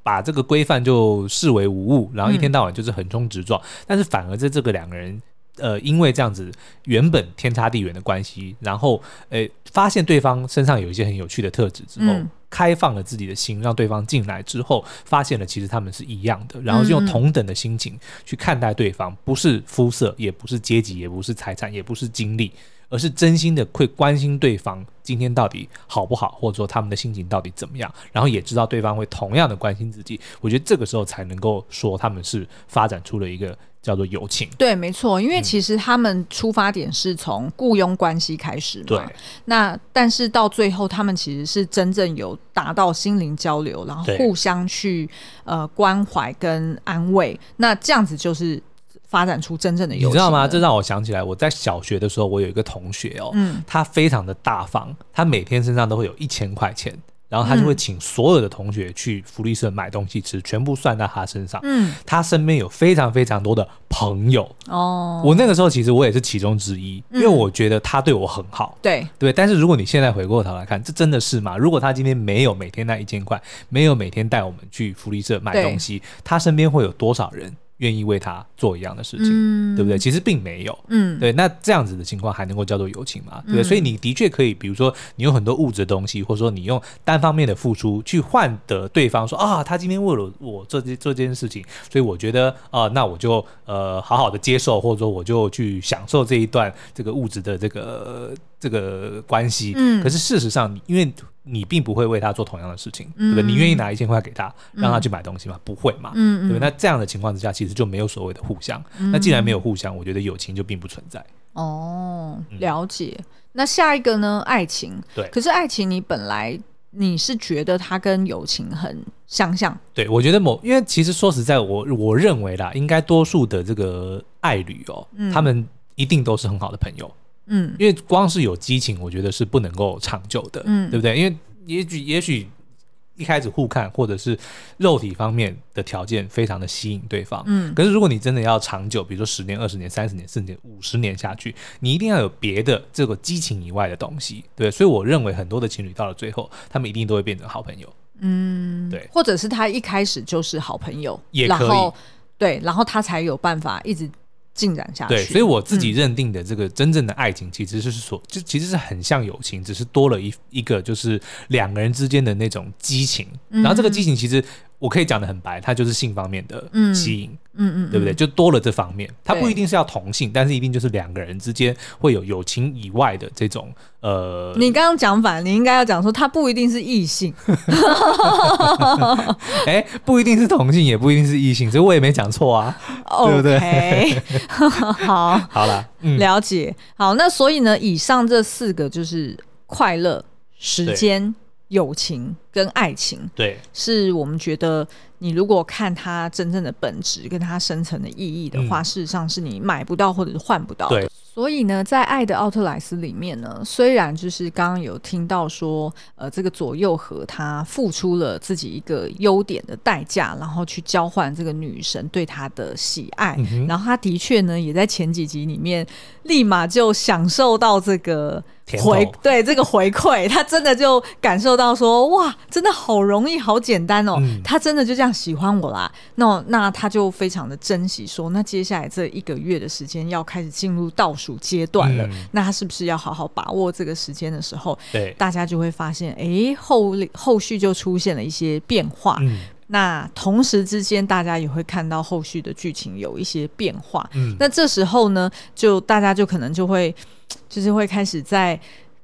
[SPEAKER 1] 把这个规范就视为无物，然后一天到晚就是横冲直撞，但是反而在这个两个人。呃，因为这样子原本天差地远的关系，然后呃，发现对方身上有一些很有趣的特质之后，
[SPEAKER 2] 嗯
[SPEAKER 1] 开放了自己的心，让对方进来之后，发现了其实他们是一样的，然后用
[SPEAKER 2] 嗯
[SPEAKER 1] 同等的心情去看待对方，不是肤色，也不是阶级，也不是财产，也不是经历，而是真心的会关心对方今天到底好不好，或者说他们的心情到底怎么样，然后也知道对方会同样的关心自己。我觉得这个时候才能够说他们是发展出了一个叫做友情。
[SPEAKER 2] 对，没错，因为
[SPEAKER 1] 嗯
[SPEAKER 2] 其实他们出发点是从雇佣关系开始嘛，
[SPEAKER 1] 对，
[SPEAKER 2] 那但是到最后，他们其实是真正有达到心灵交流，然后
[SPEAKER 1] 对
[SPEAKER 2] 互相去呃关怀跟安慰，那这样子就是发展出真正的友情
[SPEAKER 1] 你知道吗？
[SPEAKER 2] 了
[SPEAKER 1] 这让我想起来，我在小学的时候，我有一个同学哦，
[SPEAKER 2] 嗯
[SPEAKER 1] 他非常的大方，他每天身上都会有一千块钱，然后他就会请所有的同学去福利社买东西吃，全部算到他身上。
[SPEAKER 2] 嗯
[SPEAKER 1] 他身边有非常非常多的朋友，
[SPEAKER 2] 哦，
[SPEAKER 1] 我那个时候其实我也是其中之一，因为
[SPEAKER 2] 嗯
[SPEAKER 1] 我觉得他对我很好。
[SPEAKER 2] 对
[SPEAKER 1] 对，但是如果你现在回过头来看，这真的是吗？如果他今天没有每天那一千块，没有每天带我们去福利社买
[SPEAKER 2] 对
[SPEAKER 1] 东西，他身边会有多少人愿意为他做一样的事情，
[SPEAKER 2] 嗯
[SPEAKER 1] 对不对？其实并没有。
[SPEAKER 2] 嗯
[SPEAKER 1] 对，那这样子的情况还能够叫做友情吗？对不对，
[SPEAKER 2] 嗯
[SPEAKER 1] 所以你的确可以，比如说你有很多物质的东西，或者说你用单方面的付出去换得对方说啊，他今天为了我做这做这件事情，所以我觉得啊、那我就呃好好的接受，或者说我就去享受这呃一段这个物质的这个这个关系。
[SPEAKER 2] 嗯
[SPEAKER 1] 可是事实上，因为你并不会为他做同样的事情，对不对？你愿意拿一千块给他，让他去买东西吗？不会嘛，对
[SPEAKER 2] 嗯
[SPEAKER 1] 不对？
[SPEAKER 2] 嗯，
[SPEAKER 1] 那这样的情况之下，其实就没有所谓的互相。那既然没有互相，我觉得友情就并不存在。
[SPEAKER 2] 哦，
[SPEAKER 1] 嗯
[SPEAKER 2] 了解。那下一个呢？爱情。
[SPEAKER 1] 对
[SPEAKER 2] 可是爱情，你本来你是觉得它跟友情很相像，
[SPEAKER 1] 对，我觉得某，因为其实说实在，我我认为啦，应该多数的这个爱侣哦，
[SPEAKER 2] 嗯
[SPEAKER 1] 他们一定都是很好的朋友，
[SPEAKER 2] 嗯
[SPEAKER 1] 因为光是有激情，我觉得是不能够长久的，
[SPEAKER 2] 嗯
[SPEAKER 1] 对不对？因为也许也许一开始互看，或者是肉体方面的条件非常的吸引对方，
[SPEAKER 2] 嗯
[SPEAKER 1] 可是如果你真的要长久，比如说十年、二十年、三十年、四十年、五十年下去，你一定要有别的这个激情以外的东西，对。所以我认为很多的情侣到了最后，他们一定都会变成好朋友，
[SPEAKER 2] 嗯，
[SPEAKER 1] 对
[SPEAKER 2] 或者是他一开始就是好朋友，
[SPEAKER 1] 也
[SPEAKER 2] 然
[SPEAKER 1] 可以
[SPEAKER 2] 后对，然后他才有办法一直进展下去。嗯
[SPEAKER 1] 对。所以我自己认定的这个真正的爱情，其实是所就其实是很像友情，只是多了一一个就是两个人之间的那种激情。然后这个激情其实我可以讲的很白，它就是性方面的
[SPEAKER 2] 嗯
[SPEAKER 1] 吸引，
[SPEAKER 2] 嗯嗯，
[SPEAKER 1] 对不对？就多了这方面，它不
[SPEAKER 2] 对
[SPEAKER 1] 一定是要同性，但是一定就是两个人之间会有友情以外的这种呃，
[SPEAKER 2] 你刚刚讲反，你应该要讲说他不一定是异性，
[SPEAKER 1] 哎，不一定是同性，也不一定是异性，所以我也没讲错啊。对不对
[SPEAKER 2] OK，好，
[SPEAKER 1] 好啦，嗯，
[SPEAKER 2] 了解。好，那所以呢，以上这四个就是快乐、时间、友情跟爱情，
[SPEAKER 1] 对，
[SPEAKER 2] 是我们觉得你如果看它真正的本质跟它深层的意义的话，
[SPEAKER 1] 嗯
[SPEAKER 2] 事实上是你买不到或者是换不到的
[SPEAKER 1] 对。
[SPEAKER 2] 所以呢，在《爱的奥特莱斯》里面呢，虽然就是刚刚有听到说，呃，这个左右和他付出了自己一个优点的代价，然后去交换这个女神对他的喜爱，
[SPEAKER 1] 嗯哼
[SPEAKER 2] 然后他的确呢，也在前几集里面立马就享受到这个
[SPEAKER 1] 甜头
[SPEAKER 2] 回对这个回馈，他真的就感受到说哇，真的好容易，好简单哦，
[SPEAKER 1] 嗯
[SPEAKER 2] 他真的就这样喜欢我啦。那那他就非常的珍惜说，那接下来这一个月的时间要开始进入倒数阶段了，
[SPEAKER 1] 嗯
[SPEAKER 2] 那他是不是要好好把握这个时间的时候，
[SPEAKER 1] 对，
[SPEAKER 2] 大家就会发现，诶，后后续就出现了一些变化。
[SPEAKER 1] 嗯
[SPEAKER 2] 那同时之间，大家也会看到后续的剧情有一些变化。
[SPEAKER 1] 嗯，
[SPEAKER 2] 那这时候呢，就大家就可能就会，就是会开始在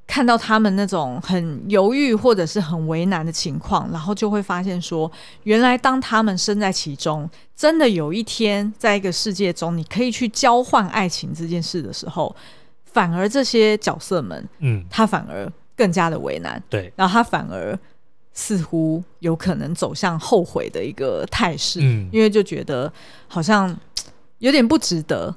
[SPEAKER 2] 看到他们那种很犹豫或者是很为难的情况，然后就会发现说，原来当他们身在其中，真的有一天在一个世界中，你可以去交换爱情这件事的时候，反而这些角色们，
[SPEAKER 1] 嗯，
[SPEAKER 2] 他反而更加的为难。
[SPEAKER 1] 对，
[SPEAKER 2] 然后他反而似乎有可能走向后悔的一个态势，
[SPEAKER 1] 嗯
[SPEAKER 2] 因为就觉得好像嘖有点不值得，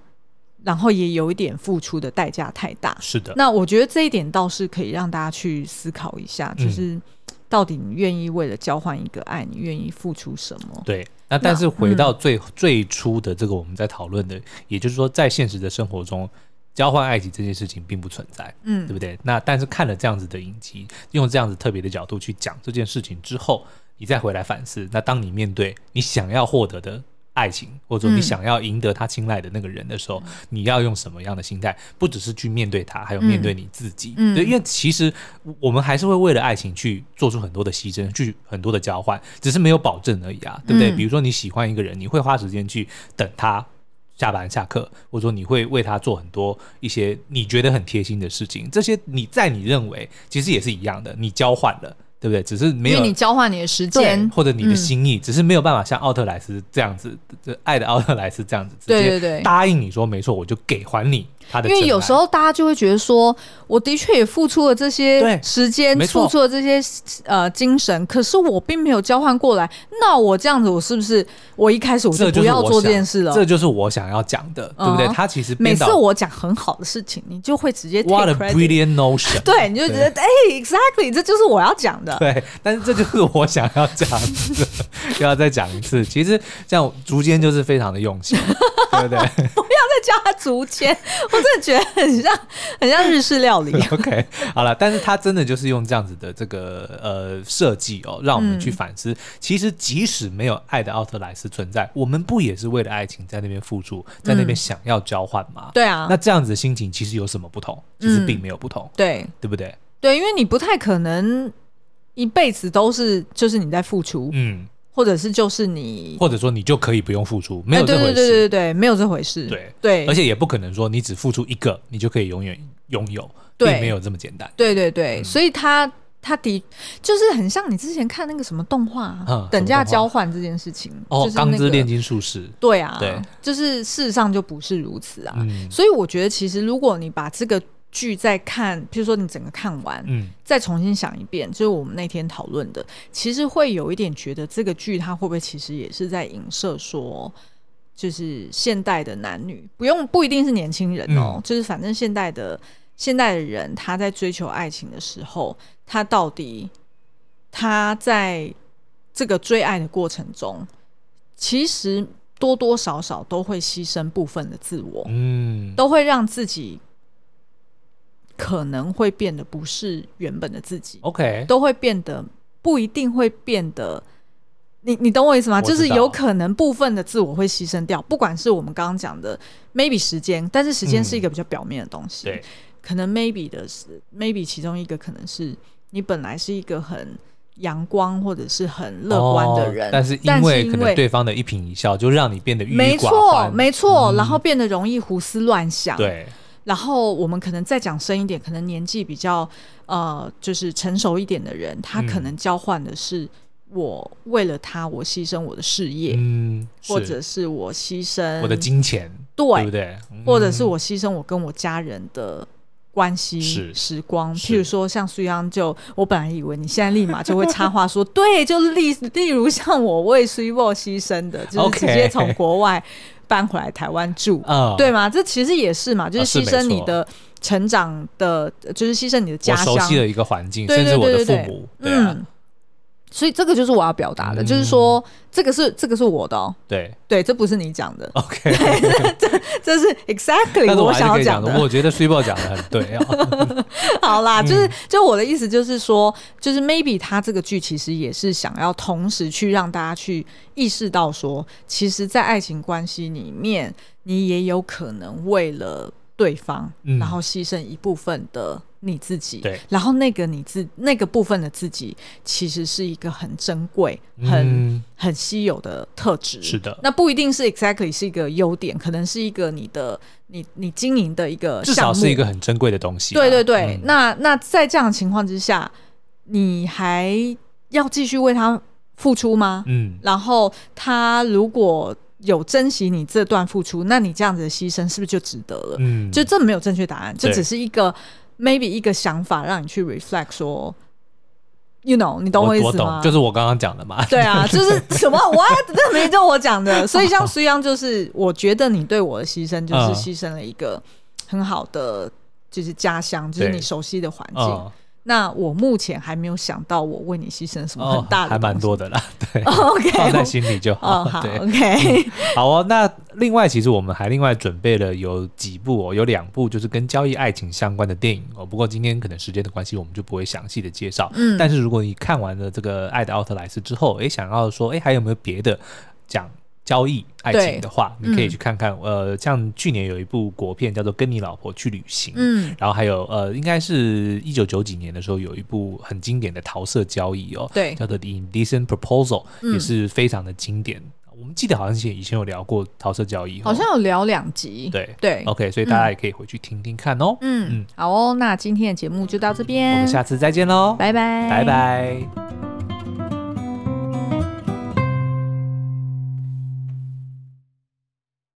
[SPEAKER 2] 然后也有一点付出的代价太大。
[SPEAKER 1] 是的，
[SPEAKER 2] 那我觉得这一点倒是可以让大家去思考一下，
[SPEAKER 1] 嗯
[SPEAKER 2] 就是嘖到底你愿意为了交换一个爱，你愿意付出什么？
[SPEAKER 1] 对。那但是回
[SPEAKER 2] 嗯
[SPEAKER 1] 到最、最初的这个我们在讨论的，也就是说，在现实的生活中，交换爱情这件事情并不存在。对
[SPEAKER 2] 嗯
[SPEAKER 1] 不对？那但是看了这样子的影集，用这样子特别的角度去讲这件事情之后，你再回来反思，那当你面对你想要获得的爱情，或者说你
[SPEAKER 2] 嗯
[SPEAKER 1] 想要赢得他青睐的那个人的时候，你要用什么样的心态？不只是去面对他，还有面对你自己。
[SPEAKER 2] 嗯
[SPEAKER 1] 对，因为其实我们还是会为了爱情去做出很多的牺牲，去很多的交换，只是没有保证而已啊，对不对？
[SPEAKER 2] 嗯
[SPEAKER 1] 比如说你喜欢一个人，你会花时间去等他下班下课，或者说你会为他做很多一些你觉得很贴心的事情，这些你在你认为其实也是一样的，你交换了，对不对？只是没
[SPEAKER 2] 因
[SPEAKER 1] 有
[SPEAKER 2] 为你交换你的时
[SPEAKER 1] 对
[SPEAKER 2] 间，嗯
[SPEAKER 1] 或者你的心意，只是没有办法像奥特莱斯这样子，这爱的奥特莱斯这样子，直
[SPEAKER 2] 对
[SPEAKER 1] 接
[SPEAKER 2] 对对，
[SPEAKER 1] 答应你说没错，我就给还你他的
[SPEAKER 2] 因
[SPEAKER 1] 真爱。
[SPEAKER 2] 为有时候大家就会觉得说，我的确也付出了这些
[SPEAKER 1] 对
[SPEAKER 2] 时间，
[SPEAKER 1] 没错
[SPEAKER 2] 付出了这些呃精神，可是我并没有交换过来。那我这样子，我是不是我一开始我
[SPEAKER 1] 这
[SPEAKER 2] 不
[SPEAKER 1] 是
[SPEAKER 2] 要
[SPEAKER 1] 我
[SPEAKER 2] 做这
[SPEAKER 1] 想
[SPEAKER 2] 件事了？
[SPEAKER 1] 这就是我想要讲的，对不对？
[SPEAKER 2] 嗯
[SPEAKER 1] 他其实
[SPEAKER 2] 每
[SPEAKER 1] 编导
[SPEAKER 2] 次我讲很好的事情，你就会直接
[SPEAKER 1] what
[SPEAKER 2] take
[SPEAKER 1] a
[SPEAKER 2] credit，
[SPEAKER 1] brilliant notion，
[SPEAKER 2] 对，你就觉得哎、e x a c t l y 这就是我要讲的。
[SPEAKER 1] 对，但是这就是我想要讲的，又要再讲一次。其实这样竹间就是非常的用心，对不对
[SPEAKER 2] 再叫他竹签，我真的觉得很像很像日式 料理。
[SPEAKER 1] ？OK，好了，但是他真的就是用这样子的这个呃设计哦，让我们
[SPEAKER 2] 嗯
[SPEAKER 1] 去反思。其实即使没有爱的奥特莱斯存在，我们不也是为了爱情在那边付出，在那边想要交换吗？
[SPEAKER 2] 嗯对啊
[SPEAKER 1] 那，这样子的心情其实有什么不同？其实
[SPEAKER 2] 嗯
[SPEAKER 1] 并没有不同，
[SPEAKER 2] 对
[SPEAKER 1] 对不对？
[SPEAKER 2] 对，因为你不太可能一辈子都是就是你在付出，
[SPEAKER 1] 嗯，
[SPEAKER 2] 或者是就是你
[SPEAKER 1] 或者说你就可以不用付出，没有
[SPEAKER 2] 哎
[SPEAKER 1] 这回
[SPEAKER 2] 对对
[SPEAKER 1] 事。
[SPEAKER 2] 对对对，没有这回事。
[SPEAKER 1] 对
[SPEAKER 2] 对，
[SPEAKER 1] 而且也不可能说你只付出一个，你就可以永远拥有，
[SPEAKER 2] 对
[SPEAKER 1] 并没有这么简单。
[SPEAKER 2] 对对对，所以他。他的就是很像你之前看那个什么动画、啊
[SPEAKER 1] 嗯
[SPEAKER 2] 等
[SPEAKER 1] 什么
[SPEAKER 2] 价
[SPEAKER 1] 动画
[SPEAKER 2] 交换这件事情，
[SPEAKER 1] 哦
[SPEAKER 2] 就，是
[SPEAKER 1] 钢
[SPEAKER 2] 那
[SPEAKER 1] 之
[SPEAKER 2] 个
[SPEAKER 1] 炼金术士，
[SPEAKER 2] 对啊，
[SPEAKER 1] 对
[SPEAKER 2] 就是事实上就不是如此啊。
[SPEAKER 1] 嗯
[SPEAKER 2] 所以我觉得，其实如果你把这个剧再看，譬如说你整个看完，
[SPEAKER 1] 嗯，
[SPEAKER 2] 再重新想一遍，就是我们那天讨论的，其实会有一点觉得这个剧它会不会其实也是在影射说，就是现代的男女不用不一定是年轻人哦，
[SPEAKER 1] 嗯
[SPEAKER 2] 就是反正现代的现代的人他在追求爱情的时候，他到底他在这个追爱的过程中，其实多多少少都会牺牲部分的自我，
[SPEAKER 1] 嗯，
[SPEAKER 2] 都会让自己可能会变得不是原本的自己，
[SPEAKER 1] OK，
[SPEAKER 2] 都会变得不一定会变得。你你懂我意思吗？
[SPEAKER 1] 我知
[SPEAKER 2] 就
[SPEAKER 1] 道
[SPEAKER 2] 是有可能部分的自我会牺牲掉，不管是我们刚刚讲的 maybe 时间，但是时间
[SPEAKER 1] 嗯
[SPEAKER 2] 是一个比较表面的东西。
[SPEAKER 1] 对，
[SPEAKER 2] 可能 maybe 的是 maybe 其中一个可能是你本来是一个很阳光或者是很乐观的人，
[SPEAKER 1] 哦但是因为可能对方的一颦一笑，就让你变得郁郁
[SPEAKER 2] 没
[SPEAKER 1] 寡
[SPEAKER 2] 错
[SPEAKER 1] 欢，
[SPEAKER 2] 没错，
[SPEAKER 1] 嗯
[SPEAKER 2] 然后变得容易胡思乱想。啊
[SPEAKER 1] 对，
[SPEAKER 2] 然后我们可能再讲深一点，可能年纪比较呃，就是成熟一点的人，他
[SPEAKER 1] 嗯
[SPEAKER 2] 可能交换的是我为了他，我牺牲我的事业，
[SPEAKER 1] 嗯，
[SPEAKER 2] 或
[SPEAKER 1] 是
[SPEAKER 2] 者是我牺牲
[SPEAKER 1] 我的金钱，对不
[SPEAKER 2] 对，
[SPEAKER 1] 对？
[SPEAKER 2] 或者是
[SPEAKER 1] 嗯
[SPEAKER 2] 我牺牲我跟我家人的。关系
[SPEAKER 1] 是
[SPEAKER 2] 时光，
[SPEAKER 1] 是
[SPEAKER 2] 譬如说像苏央就，我本来以为你现在立马就会插话说，对，就例 例如像我为 s u p e 牺牲的，就是
[SPEAKER 1] OK
[SPEAKER 2] 直接从国外搬回来台湾住，
[SPEAKER 1] 啊，
[SPEAKER 2] 对嘛？这其实也是嘛，就
[SPEAKER 1] 啊
[SPEAKER 2] 是
[SPEAKER 1] 是
[SPEAKER 2] 牺
[SPEAKER 1] 没
[SPEAKER 2] 牲你
[SPEAKER 1] 错
[SPEAKER 2] 的成长的，呃就是牺牲你的家
[SPEAKER 1] 我
[SPEAKER 2] 乡
[SPEAKER 1] 熟。悉的一个环境，
[SPEAKER 2] 对
[SPEAKER 1] 甚至
[SPEAKER 2] 对
[SPEAKER 1] 我的
[SPEAKER 2] 对
[SPEAKER 1] 父
[SPEAKER 2] 对对
[SPEAKER 1] 母，对啊，嗯
[SPEAKER 2] 嗯，所以这个就是我要表达的，就是说这个是这个是我的、哦，
[SPEAKER 1] 对
[SPEAKER 2] 对，这不是你讲的，
[SPEAKER 1] ，OK。
[SPEAKER 2] 这是 exactly
[SPEAKER 1] 但是我还是
[SPEAKER 2] 想
[SPEAKER 1] 可
[SPEAKER 2] 要
[SPEAKER 1] 以
[SPEAKER 2] 讲
[SPEAKER 1] 讲
[SPEAKER 2] 的。
[SPEAKER 1] 的，我觉得 s u p e 讲的很对 啊，
[SPEAKER 2] 好啦，
[SPEAKER 1] 嗯
[SPEAKER 2] 就是就我的意思就是说，就是 maybe 他这个剧其实也是想要同时去让大家去意识到说，其实，在爱情关系里面，你也有可能为了对方，
[SPEAKER 1] 嗯
[SPEAKER 2] 然后牺牲一部分的你自己。
[SPEAKER 1] 对
[SPEAKER 2] 然后那个你自那个部分的自己，其实是一个很珍贵、很、
[SPEAKER 1] 嗯
[SPEAKER 2] 很稀有的特质。
[SPEAKER 1] 是的
[SPEAKER 2] 那不一定是 exactly 是一个优点，可能是一个你的你你经营的一个
[SPEAKER 1] 至
[SPEAKER 2] 项
[SPEAKER 1] 少
[SPEAKER 2] 目
[SPEAKER 1] 是一个很珍贵的东西啊。
[SPEAKER 2] 对对对，
[SPEAKER 1] 嗯
[SPEAKER 2] 那那在这样的情况之下，你还要继续为他付出吗？
[SPEAKER 1] 嗯，
[SPEAKER 2] 然后他如果有珍惜你这段付出，那你这样子的牺牲是不是就值得了？
[SPEAKER 1] 嗯，
[SPEAKER 2] 就这没有正确答案，这
[SPEAKER 1] 对
[SPEAKER 2] 只是一个 maybe 一个想法，让你去 reflect 说，you know，你懂
[SPEAKER 1] 我
[SPEAKER 2] 意
[SPEAKER 1] 我
[SPEAKER 2] 思吗
[SPEAKER 1] 懂，？就是我刚刚讲的嘛。
[SPEAKER 2] 对 啊，就是什么我这没就我讲的，所以像苏央就是，我觉得你对我的牺牲就是
[SPEAKER 1] 哦嗯
[SPEAKER 2] 牺牲了一个很好的就是家乡，就是
[SPEAKER 1] 对
[SPEAKER 2] 你熟悉的环境。
[SPEAKER 1] 嗯，
[SPEAKER 2] 那我目前还没有想到我为你牺牲什么
[SPEAKER 1] 哦
[SPEAKER 2] 很大的、
[SPEAKER 1] 还蛮。多 的啦，对，
[SPEAKER 2] OK，
[SPEAKER 1] 放在心里就好。
[SPEAKER 2] 哦 好
[SPEAKER 1] 对，
[SPEAKER 2] ，OK，
[SPEAKER 1] 好哦，那另外其实我们还另外准备了有几部哦，有两部就是跟交易爱情相关的电影哦。不过今天可能时间的关系，我们就不会详细的介绍。
[SPEAKER 2] 嗯
[SPEAKER 1] 但是如果你看完了这个《爱的奥特莱斯》之后，诶，想要说，诶，还有没有别的讲交易爱情的话，
[SPEAKER 2] 对
[SPEAKER 1] 你可以
[SPEAKER 2] 嗯
[SPEAKER 1] 去看看。呃，像去年有一部国片叫做《跟你老婆去旅行》，
[SPEAKER 2] 嗯，
[SPEAKER 1] 然后还有呃，应该是一九九几年的时候，有一部很经典的桃色交易哦，
[SPEAKER 2] 对
[SPEAKER 1] 叫做《The Indecent Proposal》，
[SPEAKER 2] 哎嗯
[SPEAKER 1] 也是非常的经典。我们记得好像以前有聊过桃色交易哦，
[SPEAKER 2] 好像有聊两集。
[SPEAKER 1] 对
[SPEAKER 2] 对，
[SPEAKER 1] OK，所以大家也可以回去听听看哦。
[SPEAKER 2] 嗯
[SPEAKER 1] 嗯，
[SPEAKER 2] 好哦，那今天的节目就到这
[SPEAKER 1] 我
[SPEAKER 2] 边
[SPEAKER 1] 们，下次再见喽，
[SPEAKER 2] 拜拜，
[SPEAKER 1] 拜。拜